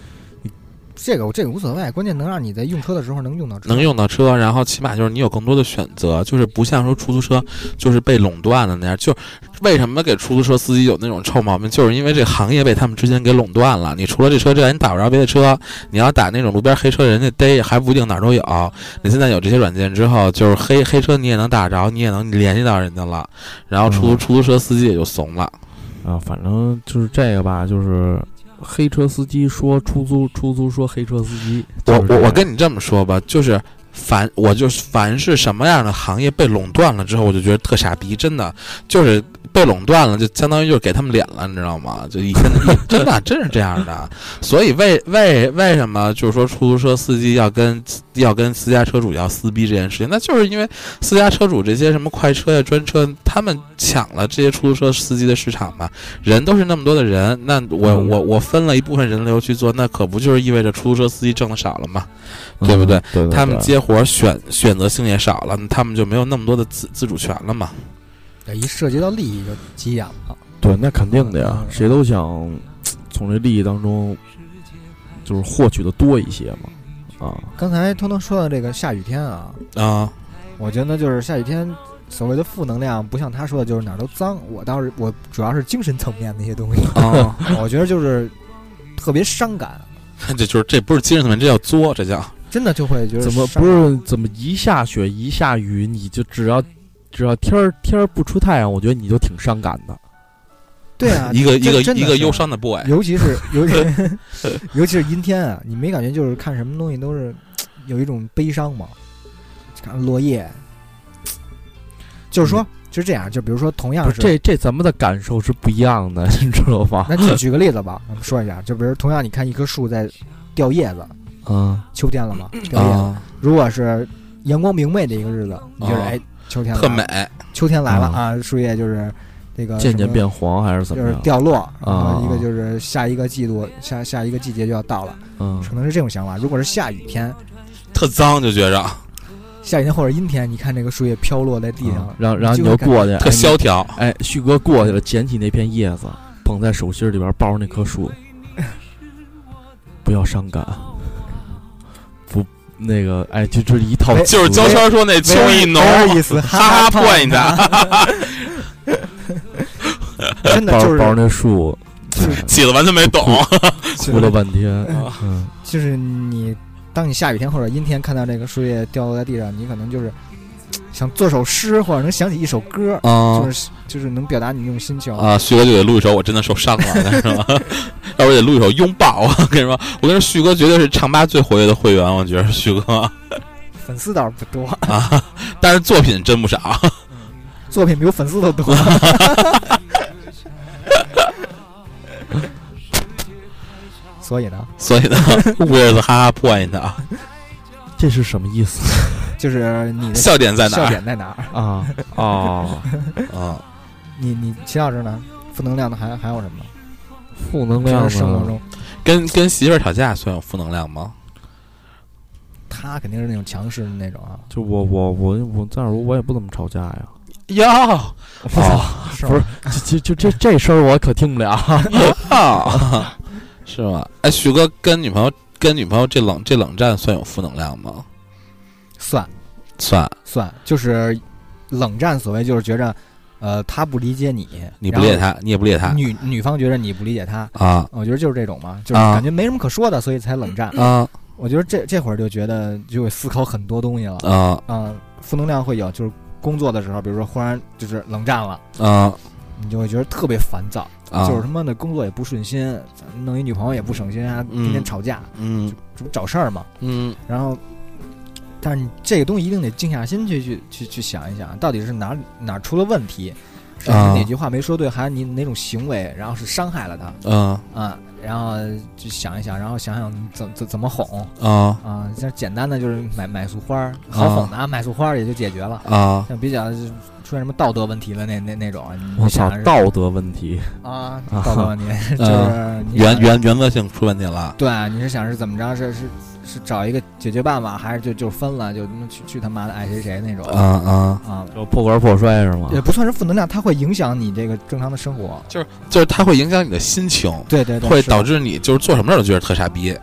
Speaker 2: 这个我这个无所谓，关键能让你在用车的时候能用到车。
Speaker 4: 能用到车，然后起码就是你有更多的选择，就是不像说出租车就是被垄断了那样。就是为什么给出租车司机有那种臭毛病，就是因为这行业被他们之间给垄断了。你除了这车之外，你打不着别的车。你要打那种路边黑车，人家逮还不一定哪儿都有。你现在有这些软件之后，就是黑黑车你也能打着，你也能联系到人家了。然后出租、
Speaker 3: 嗯
Speaker 4: 出租车司机也就怂了。
Speaker 3: 啊，反正就是这个吧，就是黑车司机说出租，出租说黑车司机。
Speaker 4: 我
Speaker 3: 就是这
Speaker 4: 我
Speaker 3: 样
Speaker 4: 我跟你这么说吧，就是凡我就是凡是什么样的行业被垄断了之后，我就觉得特傻逼，真的就是被垄断了，就相当于就是给他们脸了，你知道吗？就以前真的真是这样的，所以为为为什么就是说出租车司机要跟要跟私家车主要撕逼这件事情，那就是因为私家车主这些什么快车呀、专车，他们抢了这些出租车司机的市场嘛。人都是那么多的人，那我
Speaker 3: 嗯
Speaker 4: 我我分了一部分人流去做，那可不就是意味着出租车司机挣的少了吗？对不对
Speaker 3: 嗯对对
Speaker 4: 他们
Speaker 3: 对
Speaker 4: 接活儿选选择性也少了，他们就没有那么多的自自主权了嘛。
Speaker 2: 对一涉及到利益就急眼了。
Speaker 3: 对，那肯定的呀
Speaker 2: 嗯，
Speaker 3: 谁都想从这利益当中就是获取的多一些嘛。啊，
Speaker 2: 刚才通通说到这个下雨天啊，
Speaker 4: 啊
Speaker 2: 我觉得就是下雨天所谓的负能量，不像他说的就是哪儿都脏。我倒是我主要是精神层面的一些东西，
Speaker 4: 啊，
Speaker 2: 我觉得就是特别伤感，
Speaker 4: 这就是这不是精神层面，这叫作，这叫，
Speaker 2: 真的就会觉得
Speaker 3: 怎么
Speaker 2: 伤
Speaker 3: 不是怎么一下雪一下雨，你就只要只要天儿天儿不出太阳，我觉得你就挺伤感的。
Speaker 2: 对啊
Speaker 4: 一个一
Speaker 2: 这
Speaker 4: 个
Speaker 2: 真的
Speaker 4: 一个
Speaker 2: 是
Speaker 4: 忧伤的 boy。
Speaker 2: 尤其是尤其尤其是阴天啊，你没感觉就是看什么东西都是有一种悲伤吗？看落叶，就是说，就是这样。就比如说，同样
Speaker 3: 嗯不
Speaker 2: 是
Speaker 3: 是这这咱们的感受是不一样的， 你知道吗？
Speaker 2: 那就举个例子吧，我们说一下，就比如同样，你看一棵树在掉叶子，
Speaker 3: 嗯，
Speaker 2: 秋天了嘛，掉叶子。
Speaker 4: 啊，
Speaker 2: 如果是阳光明媚的一个日子，你就是
Speaker 4: 啊
Speaker 2: 哎，秋天来
Speaker 4: 特
Speaker 2: 了
Speaker 4: 美，
Speaker 2: 秋天来了
Speaker 3: 啊
Speaker 2: 啊，树叶就是那个
Speaker 3: 渐
Speaker 2: 呃什
Speaker 3: 渐
Speaker 2: 么
Speaker 3: 变黄还是怎
Speaker 2: 就
Speaker 3: 么
Speaker 2: 是
Speaker 3: 样？
Speaker 2: 掉落，然后
Speaker 3: 啊
Speaker 2: 一个就是下一个季度下下一个季节就要到了，
Speaker 3: 嗯，
Speaker 2: 可能是这种想法。如果是下雨天，
Speaker 4: 特脏就觉着
Speaker 2: 下雨天或者阴天，你看这个树叶飘落在地上
Speaker 3: 嗯，然后然后你
Speaker 2: 就
Speaker 3: 就
Speaker 2: 会感
Speaker 3: 过去，
Speaker 4: 特
Speaker 3: 哎
Speaker 4: 萧。条。
Speaker 3: 你哎，旭哥过去了，捡起那片叶子，捧在手心里边，抱着那棵树，不要伤感。啊不，那个，哎，就这一套
Speaker 2: 哎
Speaker 4: 就是焦圈说那秋意浓，啊
Speaker 2: 没有意思，
Speaker 4: 哈哈
Speaker 2: 哈
Speaker 4: 破你 的，
Speaker 2: 真的
Speaker 3: 抱
Speaker 2: 就
Speaker 3: 着
Speaker 2: 是
Speaker 3: 抱着那树，
Speaker 2: 就是
Speaker 4: 起子完全没懂。
Speaker 2: 就
Speaker 3: 哭了
Speaker 2: 是
Speaker 3: 半天，嗯，
Speaker 2: 就是你，当你下雨天或者阴天看到这个树叶掉落在地上，你可能就是想做首诗，或者能想起一首歌，
Speaker 4: 啊
Speaker 2: 就是就是能表达你那种心情。
Speaker 4: 啊！旭哥就得录一首，我真的受伤了， 是吧？要不得录一首《拥抱》。我跟你说，我跟你说，旭哥绝对是唱吧最活跃的会员，我觉得旭哥，
Speaker 2: 粉丝倒是不多，
Speaker 4: 但是作品真不少。
Speaker 2: 作品比我粉丝都多。 所以呢，
Speaker 4: 所以呢，Where's 哈哈 point 啊？
Speaker 3: 这是什么意思
Speaker 2: 就是你的
Speaker 4: 笑点在哪
Speaker 2: 笑
Speaker 4: 儿？
Speaker 2: 点在哪儿？
Speaker 3: 啊？哦，
Speaker 4: 啊，
Speaker 2: 你你秦老师呢？负能量的还还有什么？
Speaker 3: 负能啊
Speaker 2: 平
Speaker 3: 量
Speaker 2: 时生活
Speaker 3: 呢？
Speaker 2: 中，
Speaker 4: 跟跟媳妇儿吵架算有负能量吗？
Speaker 2: 他肯定是那种强势的那种啊。
Speaker 3: 就我我我我在哪儿我也不怎么吵架呀。
Speaker 4: 哟，
Speaker 2: 是
Speaker 3: 不
Speaker 2: 吗
Speaker 3: 是就就这这事儿我可听不了。
Speaker 4: 啊， 是吗？哎，徐哥跟女朋友跟女朋友这冷这冷战算有负能量吗？
Speaker 2: 算
Speaker 4: 算，
Speaker 2: 算，就是冷战，所谓就是觉着，呃，他不理解你，
Speaker 4: 你不理解他，你也不理解
Speaker 2: 然
Speaker 4: 他
Speaker 2: 后女女方觉着你不理解他，
Speaker 4: 啊
Speaker 2: 我觉得就是这种嘛，就是
Speaker 4: 啊
Speaker 2: 感觉没什么可说的，所以才冷战。
Speaker 4: 啊
Speaker 2: 我觉得这这会儿就觉得就会思考很多东西了，
Speaker 4: 啊
Speaker 2: 啊，负能量会有，就是工作的时候，比如说忽然就是冷战了，
Speaker 4: 啊
Speaker 2: 你就会觉得特别烦躁，
Speaker 4: 啊！
Speaker 2: 就是他妈的工作也不顺心，弄一女朋友也不省心啊，天天
Speaker 4: 嗯
Speaker 2: 吵架，
Speaker 4: 嗯
Speaker 2: 这不找事儿嘛。
Speaker 4: 嗯
Speaker 2: 然后，但是你这个东西一定得静下心去去去去想一想，到底是哪哪出了问题，是
Speaker 4: 啊
Speaker 2: 你哪句话没说对，还是你哪种行为，然后是伤害了他
Speaker 4: 嗯
Speaker 2: 啊？然后就想一想，然后想想你怎怎怎么哄
Speaker 4: 啊
Speaker 2: 啊？像简单的就是买买束花儿，好哄的啊，买束花儿也就解决了。
Speaker 4: 啊
Speaker 2: 像比较就是出现什么道德问题了那那那种，你
Speaker 3: 我操
Speaker 2: 想，是
Speaker 3: 道德问题，
Speaker 2: 啊
Speaker 3: 啊
Speaker 2: 道德问题就
Speaker 4: 啊
Speaker 2: 是你
Speaker 4: 原
Speaker 2: 想
Speaker 4: 原原则性出问题了
Speaker 2: 对，啊你是想是怎么着？是是是找一个解决办法，还是就就分了，就他妈去去他妈的爱谁谁那种
Speaker 4: 啊啊！
Speaker 2: 啊？
Speaker 3: 就破罐破摔是吗？
Speaker 2: 也不算是负能量，它会影响你这个正常的生活。
Speaker 4: 就是它会影响你的心情，
Speaker 2: 对对对，
Speaker 4: 会
Speaker 2: 是
Speaker 4: 导致你就是做什么事儿都觉得特傻逼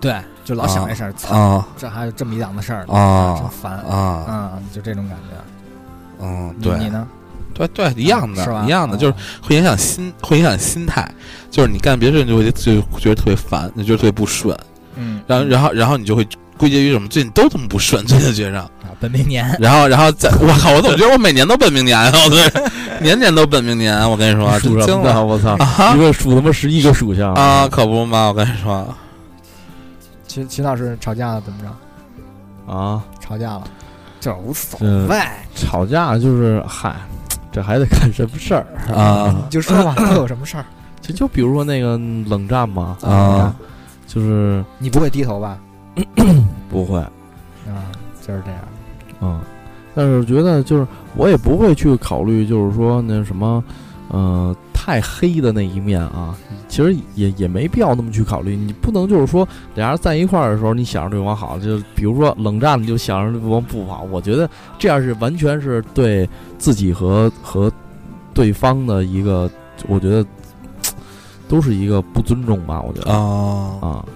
Speaker 2: 对，就老想这事儿，操，
Speaker 4: 啊
Speaker 2: 这还有这么一档子事儿呢，真
Speaker 4: 啊
Speaker 2: 烦
Speaker 4: 啊！
Speaker 2: 啊！就这种感觉。
Speaker 4: 嗯，
Speaker 2: 你
Speaker 4: 对。
Speaker 2: 你呢？
Speaker 4: 对对，一样
Speaker 2: 是吧
Speaker 4: 的，一样的，
Speaker 2: 啊
Speaker 4: 就是会影响心，会影响心态。就是你干别的事，你就会就觉得特别烦，你就觉得特别不顺，
Speaker 2: 嗯，
Speaker 4: 然后然后然后你就会归结于什么？最近都这么不顺，最近觉着，
Speaker 2: 啊，本命年
Speaker 4: 然后然后再，我靠，我怎么觉得我每年都本命年啊？我 对，年年都本命年，我跟你说，
Speaker 3: 属
Speaker 4: 真
Speaker 3: 什
Speaker 4: 惊
Speaker 3: 么的？
Speaker 4: 了
Speaker 3: 我操，
Speaker 4: 啊
Speaker 3: 一个属他妈十一个属相
Speaker 4: 啊！！可不嘛，我跟你说，
Speaker 2: 秦秦老师吵架了怎么着？
Speaker 3: 啊，
Speaker 2: 吵架了，就是无所
Speaker 3: 这
Speaker 4: 嗯
Speaker 2: 谓，
Speaker 3: 吵架就是嗨，这还得看什么事儿
Speaker 4: 啊
Speaker 2: 你就说 吧，都有什么事儿？
Speaker 3: 就就比如说那个冷战嘛，
Speaker 4: 啊，
Speaker 3: 就是
Speaker 2: 你不会低头吧？
Speaker 3: 不会，
Speaker 2: 啊，就是这样。
Speaker 3: 嗯，但是觉得就是我也不会去考虑，就是说那什么，呃，太黑的那一面啊，其实也也没必要那么去考虑。你不能就是说俩人在一块儿的时候，你想着对方好，就比如说冷战，你就想着对方不好。我觉得这样是完全是对自己和和对方的一个，我觉得都是一个不尊重吧。我觉得
Speaker 4: 啊
Speaker 3: 啊。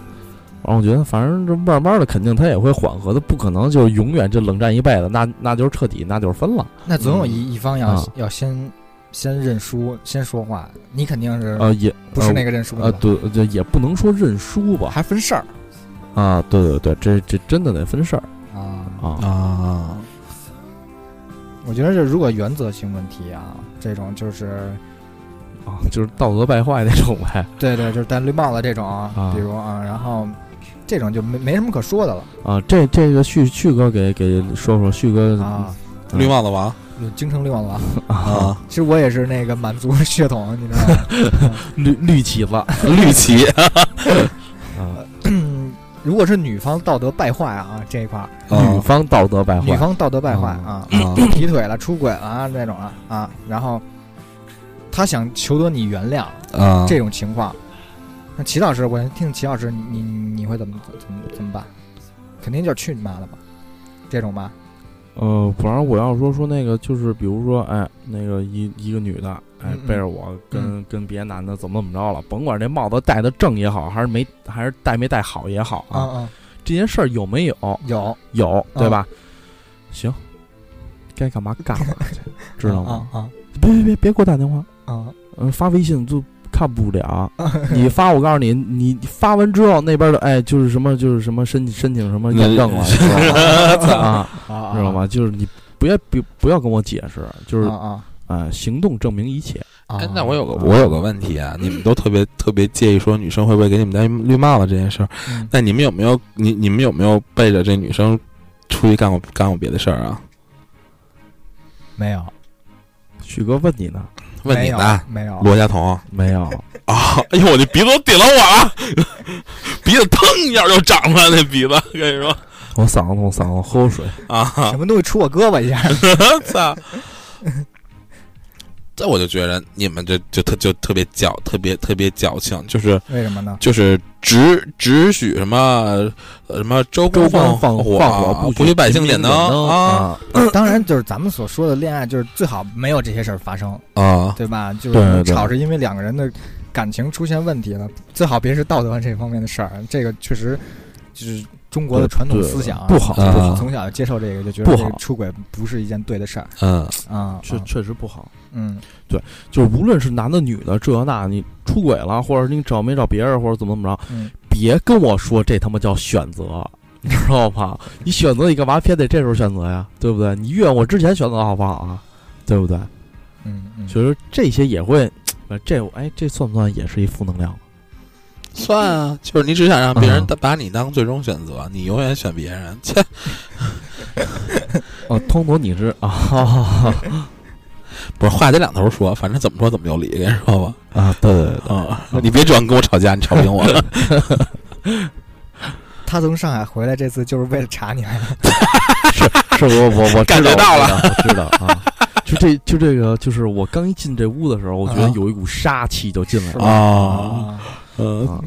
Speaker 3: 然后我觉得，反正这慢慢的，肯定他也会缓和的，不可能就永远就冷战一辈子，那那就是彻底，那就是分了。
Speaker 2: 那总有
Speaker 4: 嗯
Speaker 2: 一一方要、
Speaker 3: 啊
Speaker 2: 要先先认输，先说话。你肯定是嗯
Speaker 3: 呃，也
Speaker 2: 不是那个认输的
Speaker 3: 呃，
Speaker 2: 吧，
Speaker 3: 对，这也不能说认输吧，
Speaker 2: 还分事儿
Speaker 3: 啊，对对对，这这真的得分事儿
Speaker 2: 啊！
Speaker 3: 啊，
Speaker 4: 啊
Speaker 2: 我觉得这如果原则性问题啊，这种就是
Speaker 3: 啊，就是道德败坏那种呗，
Speaker 2: 对对，就是戴绿帽子这种，
Speaker 3: 啊
Speaker 2: 比如啊，然后这种就没没什么可说的了
Speaker 3: 啊，这这个旭旭哥给给说说，旭哥
Speaker 2: 啊。
Speaker 3: 嗯
Speaker 4: 绿帽子王
Speaker 2: 有京城绿帽子王，
Speaker 4: 啊，
Speaker 2: 其实我也是那个满族血统，你知道吗？
Speaker 3: 绿绿旗子啊，
Speaker 4: 绿旗
Speaker 2: 嗯如果是女方道德败坏啊这一块儿，
Speaker 3: 女
Speaker 4: 哦
Speaker 3: 方道德败
Speaker 2: 女
Speaker 3: 坏，
Speaker 2: 方道德败坏啊，
Speaker 4: 啊
Speaker 2: 劈腿了、出轨了啊那种啊啊，然后他想求得你原谅
Speaker 4: 啊
Speaker 2: 这种情况，那齐老师，我想听听齐老师，你你你会怎么怎么怎么办？肯定就是去你妈的吧，这种吧，
Speaker 3: 呃，反正我要说说那个，就是比如说，哎，那个一一个女的，哎
Speaker 2: 嗯，嗯
Speaker 3: 背着我跟、跟别男的怎么怎么着了，甭管这帽子戴的正也好，还是没还是戴没戴好也好啊，
Speaker 2: 嗯
Speaker 3: 这件事儿有没有
Speaker 2: 嗯，有，
Speaker 3: 有对
Speaker 2: 啊
Speaker 3: 吧？行，该干嘛干嘛去，知道吗？
Speaker 2: 啊
Speaker 3: 别别别别给我打电话，呃
Speaker 2: 啊
Speaker 3: 嗯、发微信就看不 了。你发，我告诉你，你发完之后，那边的哎，就是什么，就是什么申申请什么验证了，知道吗啊，
Speaker 2: 啊，
Speaker 3: 知道吗？就是你不要不不要跟我解释，就是
Speaker 2: 啊啊
Speaker 3: 哎，行动证明一切。
Speaker 2: 啊！
Speaker 4: 哎，那我有个
Speaker 3: 啊
Speaker 4: 我有个问题啊，你们都特别特别介意说女生会不会给你们戴绿帽子这件事儿，
Speaker 2: 嗯
Speaker 4: 那你们有没有你你们有没有背着这女生出去干过干过别的事儿啊？
Speaker 2: 没有，
Speaker 3: 许哥问你呢？
Speaker 4: 问
Speaker 2: 没
Speaker 4: 你
Speaker 2: 有
Speaker 4: 呢，
Speaker 2: 没有，
Speaker 4: 罗家彤。
Speaker 3: 没有，
Speaker 4: 啊！哎呦，我这鼻子都顶了我了，鼻子腾一下就长出来，那鼻子跟你说
Speaker 3: 我嗓子痛，嗓子喝口水。
Speaker 4: 啊
Speaker 2: 什！么东西戳我胳膊一下？
Speaker 4: 操！这我就觉得你们这就特就特别矫，特别特别矫情，就是
Speaker 2: 为什么呢？
Speaker 4: 就是只只许什么呃什么州
Speaker 3: 周
Speaker 4: 公
Speaker 3: 公放
Speaker 4: 火，
Speaker 3: 火，
Speaker 4: 不许百姓点
Speaker 3: 灯
Speaker 4: 灯啊
Speaker 3: 啊！
Speaker 2: 当然，就是咱们所说的恋爱，就是最好没有这些事儿发生，
Speaker 4: 啊！
Speaker 2: 对吧？就
Speaker 3: 对
Speaker 2: 是
Speaker 3: 对
Speaker 2: 吵是因为两个人的感情出现问题了，最好别是道德这方面的事儿。啊这个确实就是中国的传统思想啊
Speaker 3: 对对不好
Speaker 2: 就是
Speaker 4: 不好
Speaker 2: 从小接受这个就觉
Speaker 3: 不
Speaker 2: 得
Speaker 3: 好
Speaker 2: 这个出轨不是一件对的事儿
Speaker 4: 嗯，
Speaker 2: 啊。
Speaker 3: 确
Speaker 2: 啊
Speaker 3: 确实不好。
Speaker 2: 嗯，
Speaker 3: 就是无论是男的女的，这那，你出轨了，或者你找没找别人，或者怎么怎么着，
Speaker 2: 嗯
Speaker 3: 别跟我说这他妈叫选择， 你知道吧？你选择你干嘛偏得这时候选择呀？对不对？你越我之前选择好不好啊？对不对？
Speaker 2: 嗯嗯，
Speaker 3: 其实这些也会，呃这我哎这算不算也是一负能量？
Speaker 4: 算啊，就是你只想让别人
Speaker 3: 啊
Speaker 4: 当把你当最终选择，你永远选别人，切！
Speaker 3: 哦，通通你是啊啊
Speaker 4: 不是话得两头说，反正怎么说怎么有理，跟你说吧。
Speaker 3: 啊，对对对，
Speaker 4: 啊，你别指望跟我吵架，你吵不赢我。
Speaker 2: 他从上海回来这次就是为了查你来啊的。
Speaker 3: 是我我 我知道
Speaker 4: 感觉到了，
Speaker 3: 我知道我知道啊。就这就这个，就是我刚一进这屋的时候，我觉得
Speaker 2: 啊
Speaker 3: 有一股杀气就进来
Speaker 2: 是
Speaker 3: 了
Speaker 2: 吧
Speaker 4: 啊，嗯，
Speaker 3: 啊。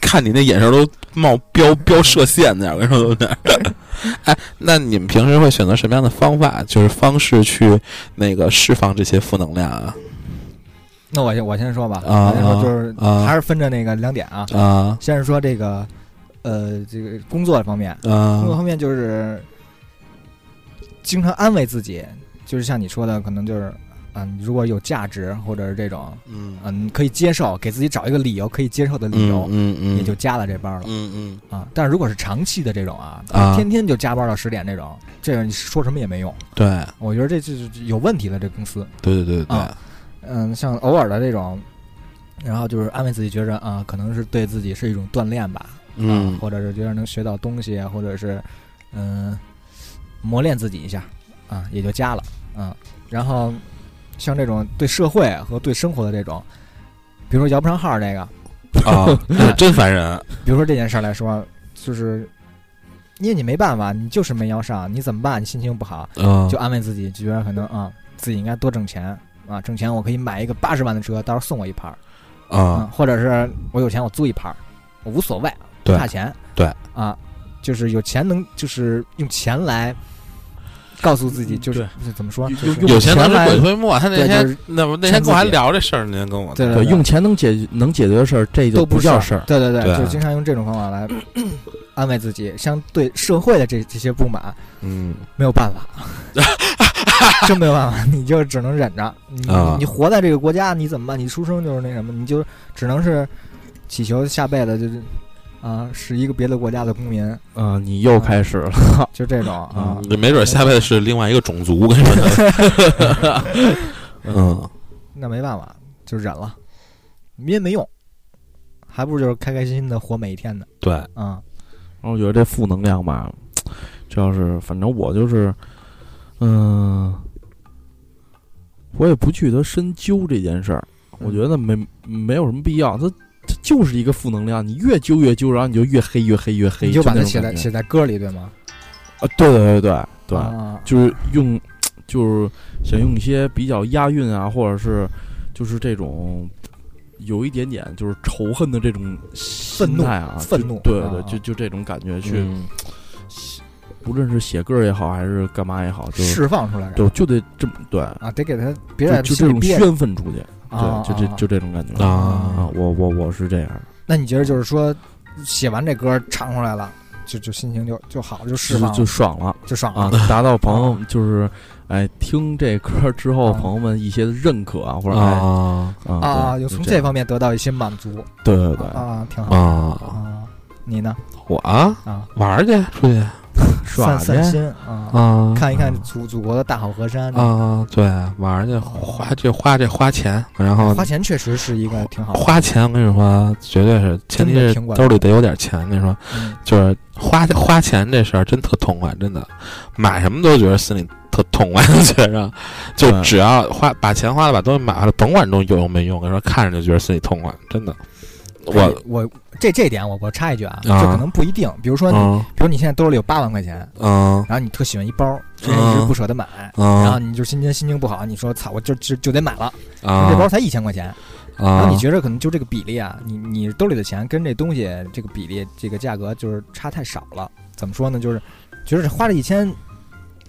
Speaker 4: 看你那眼神都冒标标射线那样，我跟你说有点。哎，那你们平时会选择什么样的方法，就是方式去那个释放这些负能量啊？
Speaker 2: 那我先我先说吧，
Speaker 4: 啊
Speaker 2: 我先说就是
Speaker 4: 啊
Speaker 2: 还是分着那个两点啊，
Speaker 4: 啊
Speaker 2: 先是说这个，呃，这个工作方面，工作
Speaker 4: 啊
Speaker 2: 方面就是经常安慰自己，就是像你说的，可能就是嗯，如果有价值或者是这种
Speaker 4: 嗯
Speaker 2: 嗯可以接受，给自己找一个理由可以接受的理由
Speaker 4: 嗯，嗯嗯，
Speaker 2: 也就加了这班了
Speaker 4: 嗯嗯
Speaker 2: 啊。但是如果是长期的这种啊，
Speaker 4: 啊
Speaker 2: 天天就加班到十点这种，这种你说什么也没用，
Speaker 4: 对
Speaker 2: 我觉得这就是有问题了，这公司。
Speaker 4: 对对对对
Speaker 2: 啊嗯，像偶尔的这种，然后就是安慰自己，觉着啊，可能是对自己是一种锻炼吧，啊
Speaker 4: 嗯
Speaker 2: 或者是觉得能学到东西，啊或者是嗯、磨练自己一下啊，也就加了，嗯、然后像这种对社会和对生活的这种，比如说摇不上号这个，
Speaker 4: 啊， 那是真烦人。
Speaker 2: 比如说这件事儿来说，就是因为你没办法，你就是没摇上，你怎么办？你心情不好，
Speaker 4: 嗯
Speaker 2: 就安慰自己，就觉得可能啊，自己应该多挣钱啊，挣钱我可以买一个八十万的车，到时候送我一盘儿。嗯，
Speaker 4: 啊
Speaker 2: 或者是我有钱我租一盘儿，我无所谓，不
Speaker 4: 对
Speaker 2: 差钱，
Speaker 4: 对
Speaker 2: 啊，就是有钱能就是用钱来告诉自己，就是怎么说，
Speaker 3: 嗯用
Speaker 2: 就是
Speaker 3: 用
Speaker 4: 有钱能
Speaker 2: 来
Speaker 4: 使鬼推磨。他那
Speaker 2: 对就
Speaker 4: 天
Speaker 2: 是
Speaker 4: 那不那天
Speaker 2: 趁自
Speaker 4: 跟我还
Speaker 2: 己
Speaker 4: 聊这事儿，那天跟我
Speaker 2: 对
Speaker 3: 对，用钱能解决能解决的事儿，这就
Speaker 2: 都不
Speaker 3: 叫
Speaker 2: 事
Speaker 3: 事
Speaker 2: 儿
Speaker 3: 儿，。
Speaker 2: 对对对，
Speaker 4: 对
Speaker 2: 就经常用这种方法来 安慰自己，像对社会的这这些不满
Speaker 4: 嗯
Speaker 2: 没有 办法。真没有办法，你就只能忍着。你、
Speaker 4: 啊
Speaker 2: 你活在这个国家，你怎么办？你出生就是那什么，你就只能是祈求下辈子就是啊，是一个别的国家的公民，
Speaker 3: 啊，你又开始了，
Speaker 2: 就这种啊。
Speaker 4: 嗯，没准下辈子是另外一个种族，我跟你说。嗯，
Speaker 2: 那没办法，就忍了，因为没用，还不如就是开开心心的活每一天呢。
Speaker 4: 对，
Speaker 2: 啊、
Speaker 3: 然后我觉得这负能量吧，这要是反正我就是，嗯、我也不去得深究这件事儿，
Speaker 2: 嗯
Speaker 3: 我觉得没没有什么必要，它它就是一个负能量，你越揪越揪，然后你就越黑越黑越黑，
Speaker 2: 你就把它
Speaker 3: 那种
Speaker 2: 写
Speaker 3: 感
Speaker 2: 在
Speaker 3: 觉
Speaker 2: 写在歌里，对吗？
Speaker 3: 啊，对对对对对，
Speaker 2: 啊、
Speaker 3: 就是用，就是想用一些比较押韵啊，或者是就是这种有一点点就是仇恨的这种愤
Speaker 2: 怒
Speaker 3: 啊，
Speaker 2: 愤
Speaker 3: 就
Speaker 2: 怒
Speaker 3: 对
Speaker 2: 啊
Speaker 3: 对，
Speaker 2: 啊
Speaker 3: 就就这种感觉去，
Speaker 4: 嗯
Speaker 3: 不论是写歌也好，还是干嘛也好，就
Speaker 2: 释放出来，
Speaker 3: 就就得这么对，
Speaker 2: 啊，得给他别
Speaker 3: 就
Speaker 2: 在
Speaker 3: 就
Speaker 2: 心
Speaker 3: 这
Speaker 2: 里
Speaker 3: 种
Speaker 2: 憋
Speaker 3: 宣愤出去，
Speaker 2: 啊
Speaker 3: 对，就这
Speaker 2: 啊
Speaker 3: 就这种感觉
Speaker 4: 啊
Speaker 3: 啊，我我我是这样的，
Speaker 2: 那你觉得就是说，写完这歌唱出来了，就就心情就就好，就释
Speaker 3: 是
Speaker 2: 放了
Speaker 3: 就爽了
Speaker 2: 就爽
Speaker 3: 啊
Speaker 2: 了。！
Speaker 3: 达到朋友就是，哎，听这歌之后，
Speaker 2: 啊
Speaker 3: 朋友们一些认可啊，或者哎
Speaker 4: 啊
Speaker 3: 啊
Speaker 2: 啊，
Speaker 3: 对
Speaker 2: 有
Speaker 3: 就
Speaker 2: 从
Speaker 3: 这
Speaker 2: 这
Speaker 3: 样哎
Speaker 2: 方面得到一些满足
Speaker 4: 对对对
Speaker 2: 啊，挺好
Speaker 4: 啊，
Speaker 2: 啊。你呢？
Speaker 4: 我啊
Speaker 2: 啊，
Speaker 4: 玩儿去出去
Speaker 3: 耍
Speaker 2: 散散
Speaker 3: 去
Speaker 2: 心啊，
Speaker 4: 啊，
Speaker 2: 看一看祖祖国的大好河山。
Speaker 4: 啊，对，玩儿去花这花这花钱，然后
Speaker 2: 花钱确实是一个挺好的，
Speaker 4: 花钱，我跟你说，绝对是前提
Speaker 2: 真的
Speaker 4: 是
Speaker 2: 挺管
Speaker 4: 兜里得有点钱。跟你说，
Speaker 2: 嗯
Speaker 4: 就是花花钱这事儿真特痛快，真的，买什么都觉得心里特痛快， 觉着就
Speaker 3: 对
Speaker 4: 只要花把钱花了，把东西买回来，甭管东西有用没用，跟你说看着就觉得心里痛快，真的。我
Speaker 2: 哎我这这点我我插一句啊，这
Speaker 4: 啊
Speaker 2: 可能不一定。比如说，
Speaker 3: 啊
Speaker 4: 嗯
Speaker 2: 比如你现在兜里有八万块钱，
Speaker 4: 嗯
Speaker 2: 然后你特喜欢一包，之前
Speaker 3: 啊
Speaker 2: 一直不舍得买，然后
Speaker 4: 嗯
Speaker 2: 你就今天心情不好，你说操，我就就就得买了，这包
Speaker 4: 啊
Speaker 2: 才一千块钱，然后
Speaker 4: 啊
Speaker 2: 你觉着可能就这个比例啊，你你兜里的钱跟这东西这个比例这个价格就是差太少了。怎么说呢？就是觉着花了一千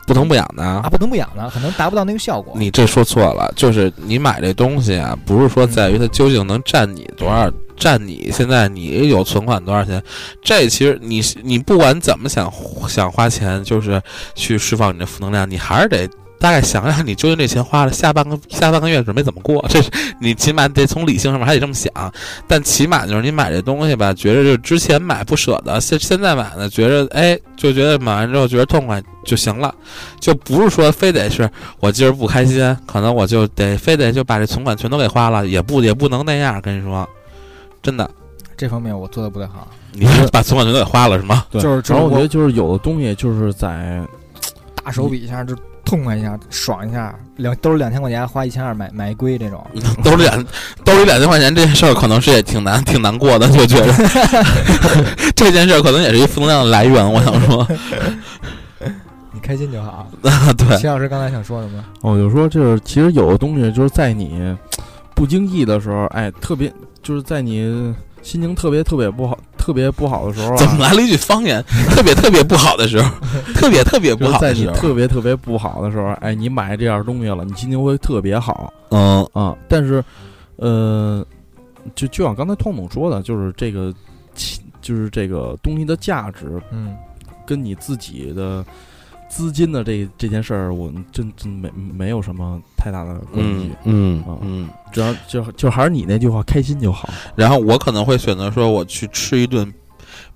Speaker 4: 不疼不痒的
Speaker 2: 啊，不疼不痒的，可能达不到那个效果。
Speaker 4: 你这说错了，就是你买这东西啊，不是说在于它究竟能占你多少，占你现在你有存款多少钱，这其实你你不管怎么想想花钱，就是去释放你的负能量，你还是得。大概想想，你究竟这钱花了下半个下半个月准备怎么过？ 这是你起码得从理性上面还得这么想。但起码就是你买这东西吧，觉着就是之前买不舍得，现现在买呢，觉着哎就觉得买完之后觉得痛快就行了，就不是说非得是我今儿不开心，可能我就得非得就把这存款全都给花了，也不也不能那样。跟你说，真的，
Speaker 2: 这方面我做的不太好，
Speaker 4: 你是把存款全都给花了是吗？
Speaker 3: 对
Speaker 2: 就是
Speaker 3: 然后我觉
Speaker 2: 我
Speaker 3: 得就是有的东西就是在
Speaker 2: 大手笔一下就痛快一下，爽一下，两兜里两千块钱花一千二买买一龟这种，
Speaker 3: 嗯
Speaker 4: 兜里两兜里两千块钱这件事儿，可能是也挺难挺难过的，就觉得这件事儿可能也是一负能量的来源。我想说，
Speaker 2: 你开心就 好。
Speaker 4: 啊，对，
Speaker 2: 齐老师刚才想说什么？
Speaker 3: 我就说，就是其实有的东西就是在你不经意的时候，哎，特别就是在你心情特别特别不好、特别不好的时候、啊，
Speaker 4: 怎么来了一句方言？特别特别不好的时候，特别特别不
Speaker 3: 就是
Speaker 4: 好
Speaker 3: 在
Speaker 4: 的
Speaker 3: 你
Speaker 4: 时候，啊
Speaker 3: 特别特别不好的时候，哎，你买这样东西了，你心情会特别好
Speaker 4: 嗯
Speaker 3: 啊。但是，呃，就就像刚才痛总说的，就是这个其，就是这个东西的价值
Speaker 2: 嗯，
Speaker 3: 跟你自己的呃资金的这这件事儿，我真真没没有什么太大的关系。
Speaker 4: 嗯嗯嗯。
Speaker 3: 只要就就还是你那句话，开心就好。
Speaker 4: 然后我可能会选择说我去吃一顿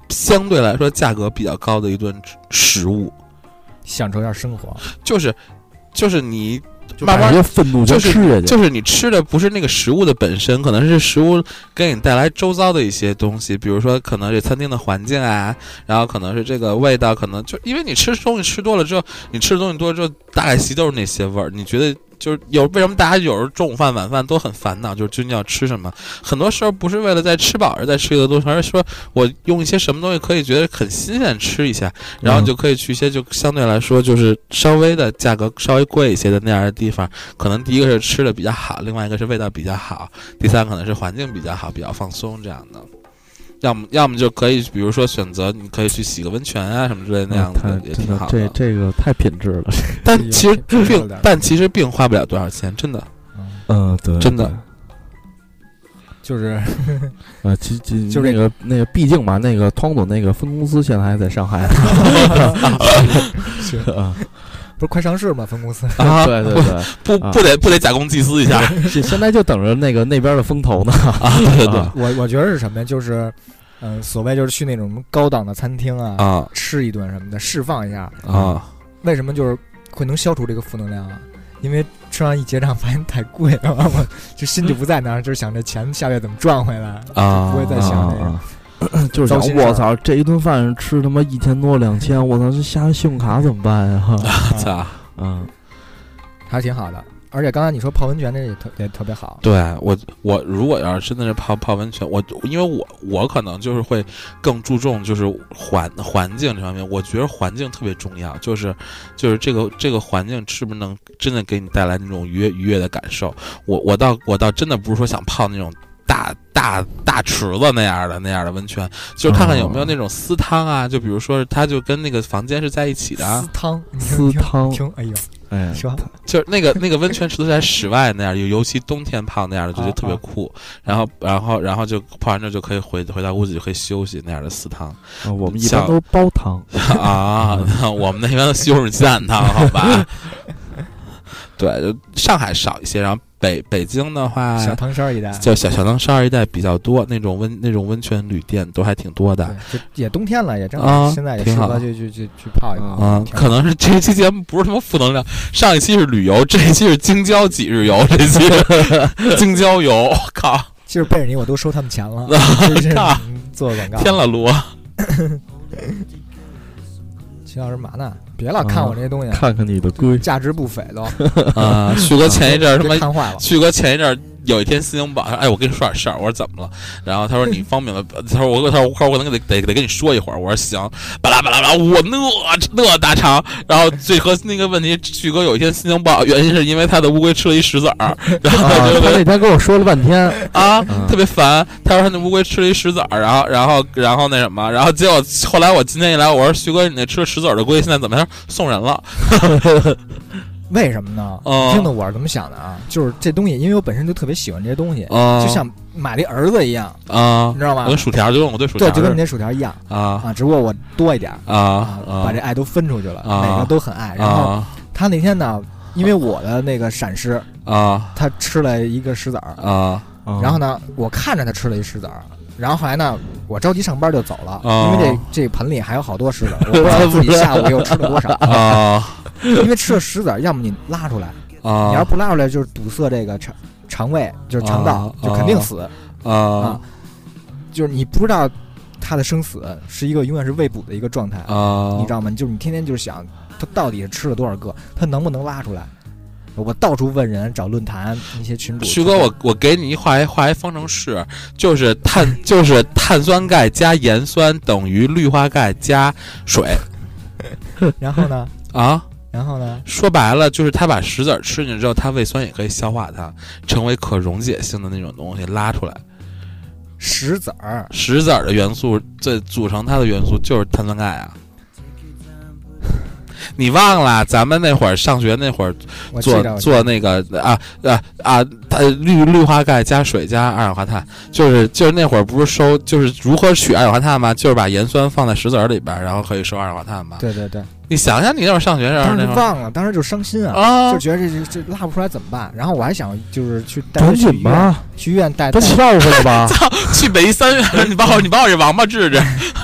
Speaker 4: 相对来说价格比较高的一顿吃食物，
Speaker 2: 享受一下生活。
Speaker 4: 就是就是你
Speaker 3: 就
Speaker 4: 慢
Speaker 3: 把
Speaker 4: 慢
Speaker 3: 这些愤怒全
Speaker 4: 就是
Speaker 3: 吃下去，
Speaker 4: 就是你吃的不是那个食物的本身，可能是食物给你带来周遭的一些东西，比如说可能是餐厅的环境啊，然后可能是这个味道，可能就因为你吃东西吃多了之后，你吃的东西多了之后，大概其都是那些味儿。你觉得就是有为什么大家有时候中午饭、晚饭都很烦恼，就是究竟要吃什么？很多时候不是为了在吃饱而在吃一个东西，而是说我用一些什么东西可以觉得很新鲜吃一下，然后
Speaker 3: 嗯
Speaker 4: 就可以去一些就相对来说就是稍微的价格稍微贵一些的那样的地方。可能第一个是吃的比较好，另外一个是味道比较好，第三可能是环境比较好，比较放松这样的。要么要么就可以，比如说选择你可以去洗个温泉啊什么之类的那样
Speaker 3: 嗯太
Speaker 4: 的，也
Speaker 3: 真
Speaker 4: 挺
Speaker 3: 的
Speaker 4: 好
Speaker 3: 这
Speaker 4: 的。
Speaker 3: 这个太品质 了。
Speaker 4: 但
Speaker 2: 有
Speaker 4: 其实
Speaker 2: 哦这有
Speaker 4: 并
Speaker 2: 点儿
Speaker 4: 但其实并花不了多少钱，真的。
Speaker 2: 嗯，
Speaker 3: 嗯，对，
Speaker 4: 真的
Speaker 2: 就是
Speaker 3: 对。啊，其其
Speaker 2: 就
Speaker 3: 那
Speaker 2: 这
Speaker 3: 个那个，毕竟嘛，那个汤总那个分公司现在还在上海
Speaker 2: 是
Speaker 3: 啊，
Speaker 2: 不是快上市吗？分公司
Speaker 4: 啊
Speaker 3: 对对对，
Speaker 4: 不
Speaker 3: 啊
Speaker 4: 不得不得假公济私一下
Speaker 3: 现现在就等着那个那边的风投呢。
Speaker 4: 啊！对对
Speaker 3: 啊
Speaker 2: 我我觉得是什么呀？就是，嗯、所谓就是去那种什么高档的餐厅 啊，
Speaker 4: 啊
Speaker 2: 吃一顿什么的，释放一下。
Speaker 4: 啊！
Speaker 2: 为什么就是会能消除这个负能量啊？因为吃完一结账发现太贵了， 我就心就不在那儿，就是想着钱下月怎么赚回 来就
Speaker 4: 啊
Speaker 2: 不会再
Speaker 3: 啊
Speaker 2: 想这个。
Speaker 3: 啊， 啊就是
Speaker 2: 糟
Speaker 3: 想
Speaker 2: 心事儿
Speaker 3: 我操，这一顿饭吃他妈一千多两千，我操，这下个信用卡怎么 办呀？
Speaker 4: 操、
Speaker 3: 啊，
Speaker 2: 还是挺好的。而且刚才你说泡温泉这也特也特别好，
Speaker 4: 对我，我如果要是真的是泡泡温泉，我因为我我可能就是会更注重就是环环境这方面，我觉得环境特别重要，就是就是这个这个环境是不是能真的给你带来那种愉悦愉悦的感受？我我倒我倒真的不是说想泡那种大大大池子那样的那样的温泉，就是看看有没有那种私汤啊，就比如说它就跟那个房间是在一起的啊，
Speaker 2: 私汤，你听
Speaker 3: 私
Speaker 2: 听
Speaker 3: 汤
Speaker 2: 听，哎呦，
Speaker 3: 哎，
Speaker 2: 是吧？
Speaker 4: 就是那个那个温泉池都在室外那样，尤 尤其冬天泡那样的，
Speaker 2: 啊
Speaker 4: 就觉得特别酷。然后然后然后就泡完之后就可以回回到屋子就可以休息那样的私汤
Speaker 3: 啊我们一
Speaker 4: 像
Speaker 3: 般都是煲汤，
Speaker 4: 啊。那我们那边都西红柿鸡蛋汤，好 吧？对，就上海少一些，然后北北京的话，
Speaker 2: 小唐山儿一带，
Speaker 4: 就小小唐山二一带比较多，那种温那种温泉旅店都还挺多的。
Speaker 2: 对，就也冬天了，也正
Speaker 4: 哎啊
Speaker 2: 好，现在也
Speaker 4: 挺
Speaker 2: 适合
Speaker 4: 好
Speaker 2: 去去去去泡一泡。
Speaker 4: 啊、
Speaker 2: 挺好
Speaker 4: 可能是这期节目不是什么负能量，上一期是旅游，这一期是京郊几日游，这期是 京郊游，我靠，
Speaker 2: 其实贝尔尼我都收他们钱 了，真是嗯做广告。
Speaker 4: 天了罗，
Speaker 2: 秦老师嘛呢？别老看我这些东西，
Speaker 3: 看看你的龟。
Speaker 2: 价值不菲都。
Speaker 4: 啊！旭哥 前一阵儿他
Speaker 2: 都
Speaker 4: 妈，
Speaker 2: 啊看坏了。
Speaker 4: 旭哥前一阵儿有一天心情不好，他说哎，我跟你说点事儿，我说怎么了？然后他说你方便吗？ 他说我他说我可能得得得跟你说一会儿，我说行，巴拉巴拉巴拉，我那那大肠，然后最核心的一个问题，旭哥有一天心情不好，原因是因为他的乌龟吃了一石子儿，然后
Speaker 3: 啊，
Speaker 4: 他就
Speaker 3: 他那天跟我说了半 天，
Speaker 4: 啊，
Speaker 3: 嗯
Speaker 4: 特别烦。他说他那乌龟吃了一石子儿，然后然后然后那什么，然后结果后来我今天一来，我说旭哥，你那吃了石子儿的龟现在怎么样？送人了。
Speaker 2: 为什么呢？
Speaker 4: 哦
Speaker 2: 你听听我是怎么想的啊？就是这东西，因为我本身就特别喜欢这些东西，
Speaker 4: 啊
Speaker 2: 就像买了一儿子一样，
Speaker 4: 啊
Speaker 2: 你，知道吗
Speaker 4: 我？跟薯条就跟我对薯条
Speaker 2: 对，就跟你
Speaker 4: 似
Speaker 2: 那薯条一样
Speaker 4: 的啊
Speaker 2: 啊，只不过我多一点儿
Speaker 4: 啊
Speaker 2: 啊，把这爱都分出去了，
Speaker 4: 啊
Speaker 2: 每个都很爱。然后
Speaker 4: 啊
Speaker 2: 他那天呢，因为我的那个闪失，
Speaker 4: 啊
Speaker 2: 他吃了一个石子儿，
Speaker 4: 啊
Speaker 2: 然 后呢，我看着他吃了一石子儿。然后后来呢，我着急上班就走了，
Speaker 4: 哦。
Speaker 2: 因为这这盆里还有好多石子 儿，我不知道自己下午又吃了多少
Speaker 4: 啊
Speaker 2: 因为吃了石子儿，要么你拉出来，你要
Speaker 4: 啊
Speaker 2: 是不拉出来，就是堵塞这个肠肠胃，就是肠道
Speaker 4: 啊，
Speaker 2: 就肯定死。
Speaker 4: 啊
Speaker 2: 就是你不知道它的生死是一个永远是未卜的一个状态，
Speaker 4: 啊
Speaker 2: 你知道吗？就是你天天就是想，它到底是吃了多少个，它能不能拉出来？我到处问人，找论坛那些群主。
Speaker 4: 旭哥，我我给你一画一画一方程式，就是碳就是碳酸钙加盐酸等于氯化钙加水
Speaker 2: 然后呢，
Speaker 4: 啊。
Speaker 2: 然后呢，
Speaker 4: 说白了，就是它把石子儿吃进去之后，它胃酸也可以消化它，成为可溶解性的那种东西拉出来。
Speaker 2: 石子儿，
Speaker 4: 石子儿的元素，最组成它的元素就是碳酸钙啊。 你忘了咱们那会儿上学那会儿
Speaker 2: 我记
Speaker 4: 做
Speaker 2: 着
Speaker 4: 做那个啊啊啊，它氯氯化钙加水加二氧化碳，就是就是那会儿不是收就是如何取二氧化碳吗？就是把盐酸放在石子儿里边儿，然后可以收二氧化碳嘛。
Speaker 2: 对对对，
Speaker 4: 你想想，你那会儿上学时候
Speaker 2: 当时
Speaker 4: 那
Speaker 2: 就
Speaker 4: 会儿
Speaker 2: 忘了，当时就伤心啊。
Speaker 4: 啊
Speaker 2: 就觉得这这这拉不出来怎么办？然后我还想就是去带他
Speaker 3: 赶
Speaker 2: 去医
Speaker 3: 紧
Speaker 2: 院，
Speaker 3: 吧，
Speaker 2: 去医院带
Speaker 3: 都
Speaker 2: 带
Speaker 3: 跳过 了吧？
Speaker 4: 去北医三院，你把我你把我这王八治治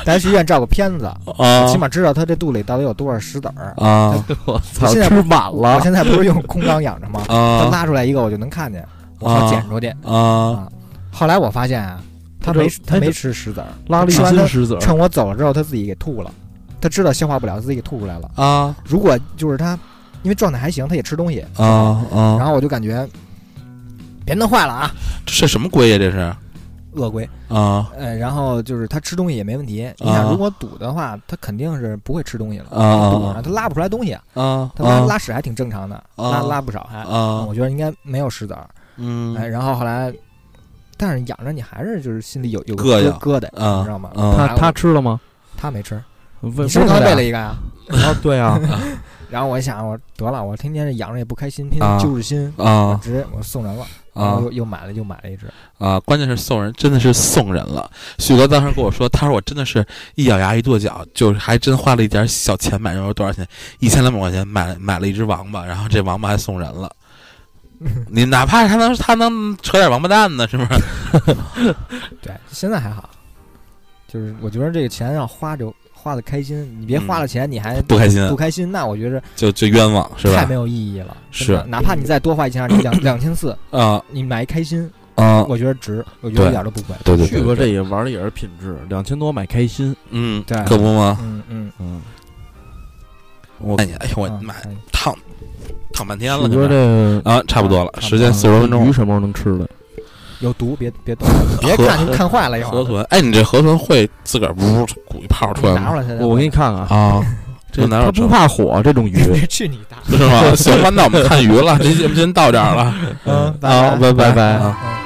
Speaker 2: 带他去医院照个片子，
Speaker 4: 啊
Speaker 2: 起码知道他这肚里到底有多少石子儿。
Speaker 4: 啊
Speaker 3: 我操，
Speaker 2: 现在
Speaker 3: 吃满
Speaker 2: 我
Speaker 3: 了，
Speaker 2: 现在不是用空缸养着吗？他
Speaker 4: 啊
Speaker 2: 拉出来一个我就能看见，我操，捡出去。
Speaker 4: 啊
Speaker 2: 后来我发现啊，他没
Speaker 3: 这
Speaker 2: 他没吃石子儿，
Speaker 3: 拉了一
Speaker 2: 吃完
Speaker 3: 斤
Speaker 2: 它
Speaker 3: 石子儿，
Speaker 2: 趁我走了之后他自己给吐了，他知道消化不了，自己给吐出来了。
Speaker 4: 啊
Speaker 2: 如果就是他，因为状态还行，他也吃东西，
Speaker 4: 啊啊！
Speaker 2: 然后我就感觉别弄坏了啊，
Speaker 4: 这是什么龟呀？这是
Speaker 2: 鳄龟。
Speaker 4: 啊
Speaker 2: 呃，然后就是他吃东西也没问题。你想，如果堵的话，他肯定是不会吃东西了。
Speaker 4: 啊
Speaker 2: 堵上他拉不出来东西，
Speaker 4: 啊
Speaker 2: 他拉拉屎还挺正常的，拉
Speaker 4: 啊
Speaker 2: 拉不少还。嗯
Speaker 4: 啊！
Speaker 2: 我觉得应该没有石子儿。
Speaker 4: 嗯
Speaker 2: 哎，然后后来，但是养着你还是就是心里有有个
Speaker 4: 膈应
Speaker 2: 疙疙瘩，
Speaker 4: 啊
Speaker 2: 你知道吗？
Speaker 4: 啊
Speaker 3: 他
Speaker 2: 然后
Speaker 3: 他吃了吗？
Speaker 2: 他没吃，
Speaker 3: 为
Speaker 2: 你是不是
Speaker 3: 为
Speaker 2: 刚
Speaker 3: 啥
Speaker 2: 喂
Speaker 3: 呀
Speaker 2: 了一个呀？
Speaker 3: 啊，对啊，
Speaker 2: 然后我一想，我得了，我天天这养着也不开心，天
Speaker 4: 啊
Speaker 2: 天揪着心，我
Speaker 4: 啊
Speaker 2: 直接我送人了，然
Speaker 4: 啊
Speaker 2: 后又又买了又买了一只，
Speaker 4: 啊！关键是送人，真的是送人了。许哥当时跟我说，他说我真的是一咬牙一跺脚，就是还真花了一点小钱买，然后多少钱？一千两百块钱买买了一只王八，然后这王八还送人 了。你哪怕他能他能扯点王八蛋呢，是不是？
Speaker 2: 对，现在还好，就是我觉得这个钱要花着花的开心，你别花了钱你还
Speaker 4: 不开心
Speaker 2: 不开心，那我觉着
Speaker 4: 就就冤枉是
Speaker 2: 太
Speaker 4: 吧
Speaker 2: 没？有意义了，
Speaker 4: 是
Speaker 2: 真的哪怕你再多花一千二，你两两千四，
Speaker 4: 啊
Speaker 2: 你买一开心，
Speaker 4: 啊！
Speaker 2: 我觉得值，我觉得
Speaker 4: 对
Speaker 2: 一点都不贵，
Speaker 4: 对对
Speaker 3: 旭哥这也玩的也是品质，两千多买开心，
Speaker 4: 嗯，
Speaker 2: 对
Speaker 4: 可不吗？
Speaker 2: 嗯嗯，
Speaker 3: 嗯，
Speaker 4: 我看一眼，哎呦我
Speaker 2: 嗯
Speaker 4: 妈，
Speaker 2: 哎
Speaker 4: 烫烫半天了，
Speaker 3: 旭
Speaker 4: 这
Speaker 3: 哥
Speaker 4: 边
Speaker 3: 这嗯
Speaker 4: 啊，差不多了，
Speaker 2: 差不多
Speaker 4: 时间四十分钟
Speaker 3: 鱼
Speaker 4: 了。
Speaker 3: 什么时候能吃了？
Speaker 2: 有毒，别别动，别看看坏了一会
Speaker 4: 河
Speaker 2: 儿，
Speaker 4: 豚，哎，你这河豚会自个儿呜鼓一泡出来
Speaker 2: 拿
Speaker 4: 吗？
Speaker 2: 出来现在，
Speaker 3: 我给你看看，
Speaker 4: 啊，
Speaker 3: 这
Speaker 4: 哪有
Speaker 3: 它
Speaker 4: 这
Speaker 3: 不怕火这种鱼
Speaker 2: 别去你大，
Speaker 4: 是吗？行吧，那我们看鱼了，这节目先到这儿了。
Speaker 2: 嗯，
Speaker 4: 好，
Speaker 2: 拜
Speaker 4: 拜
Speaker 3: 拜
Speaker 4: 啊。
Speaker 2: 嗯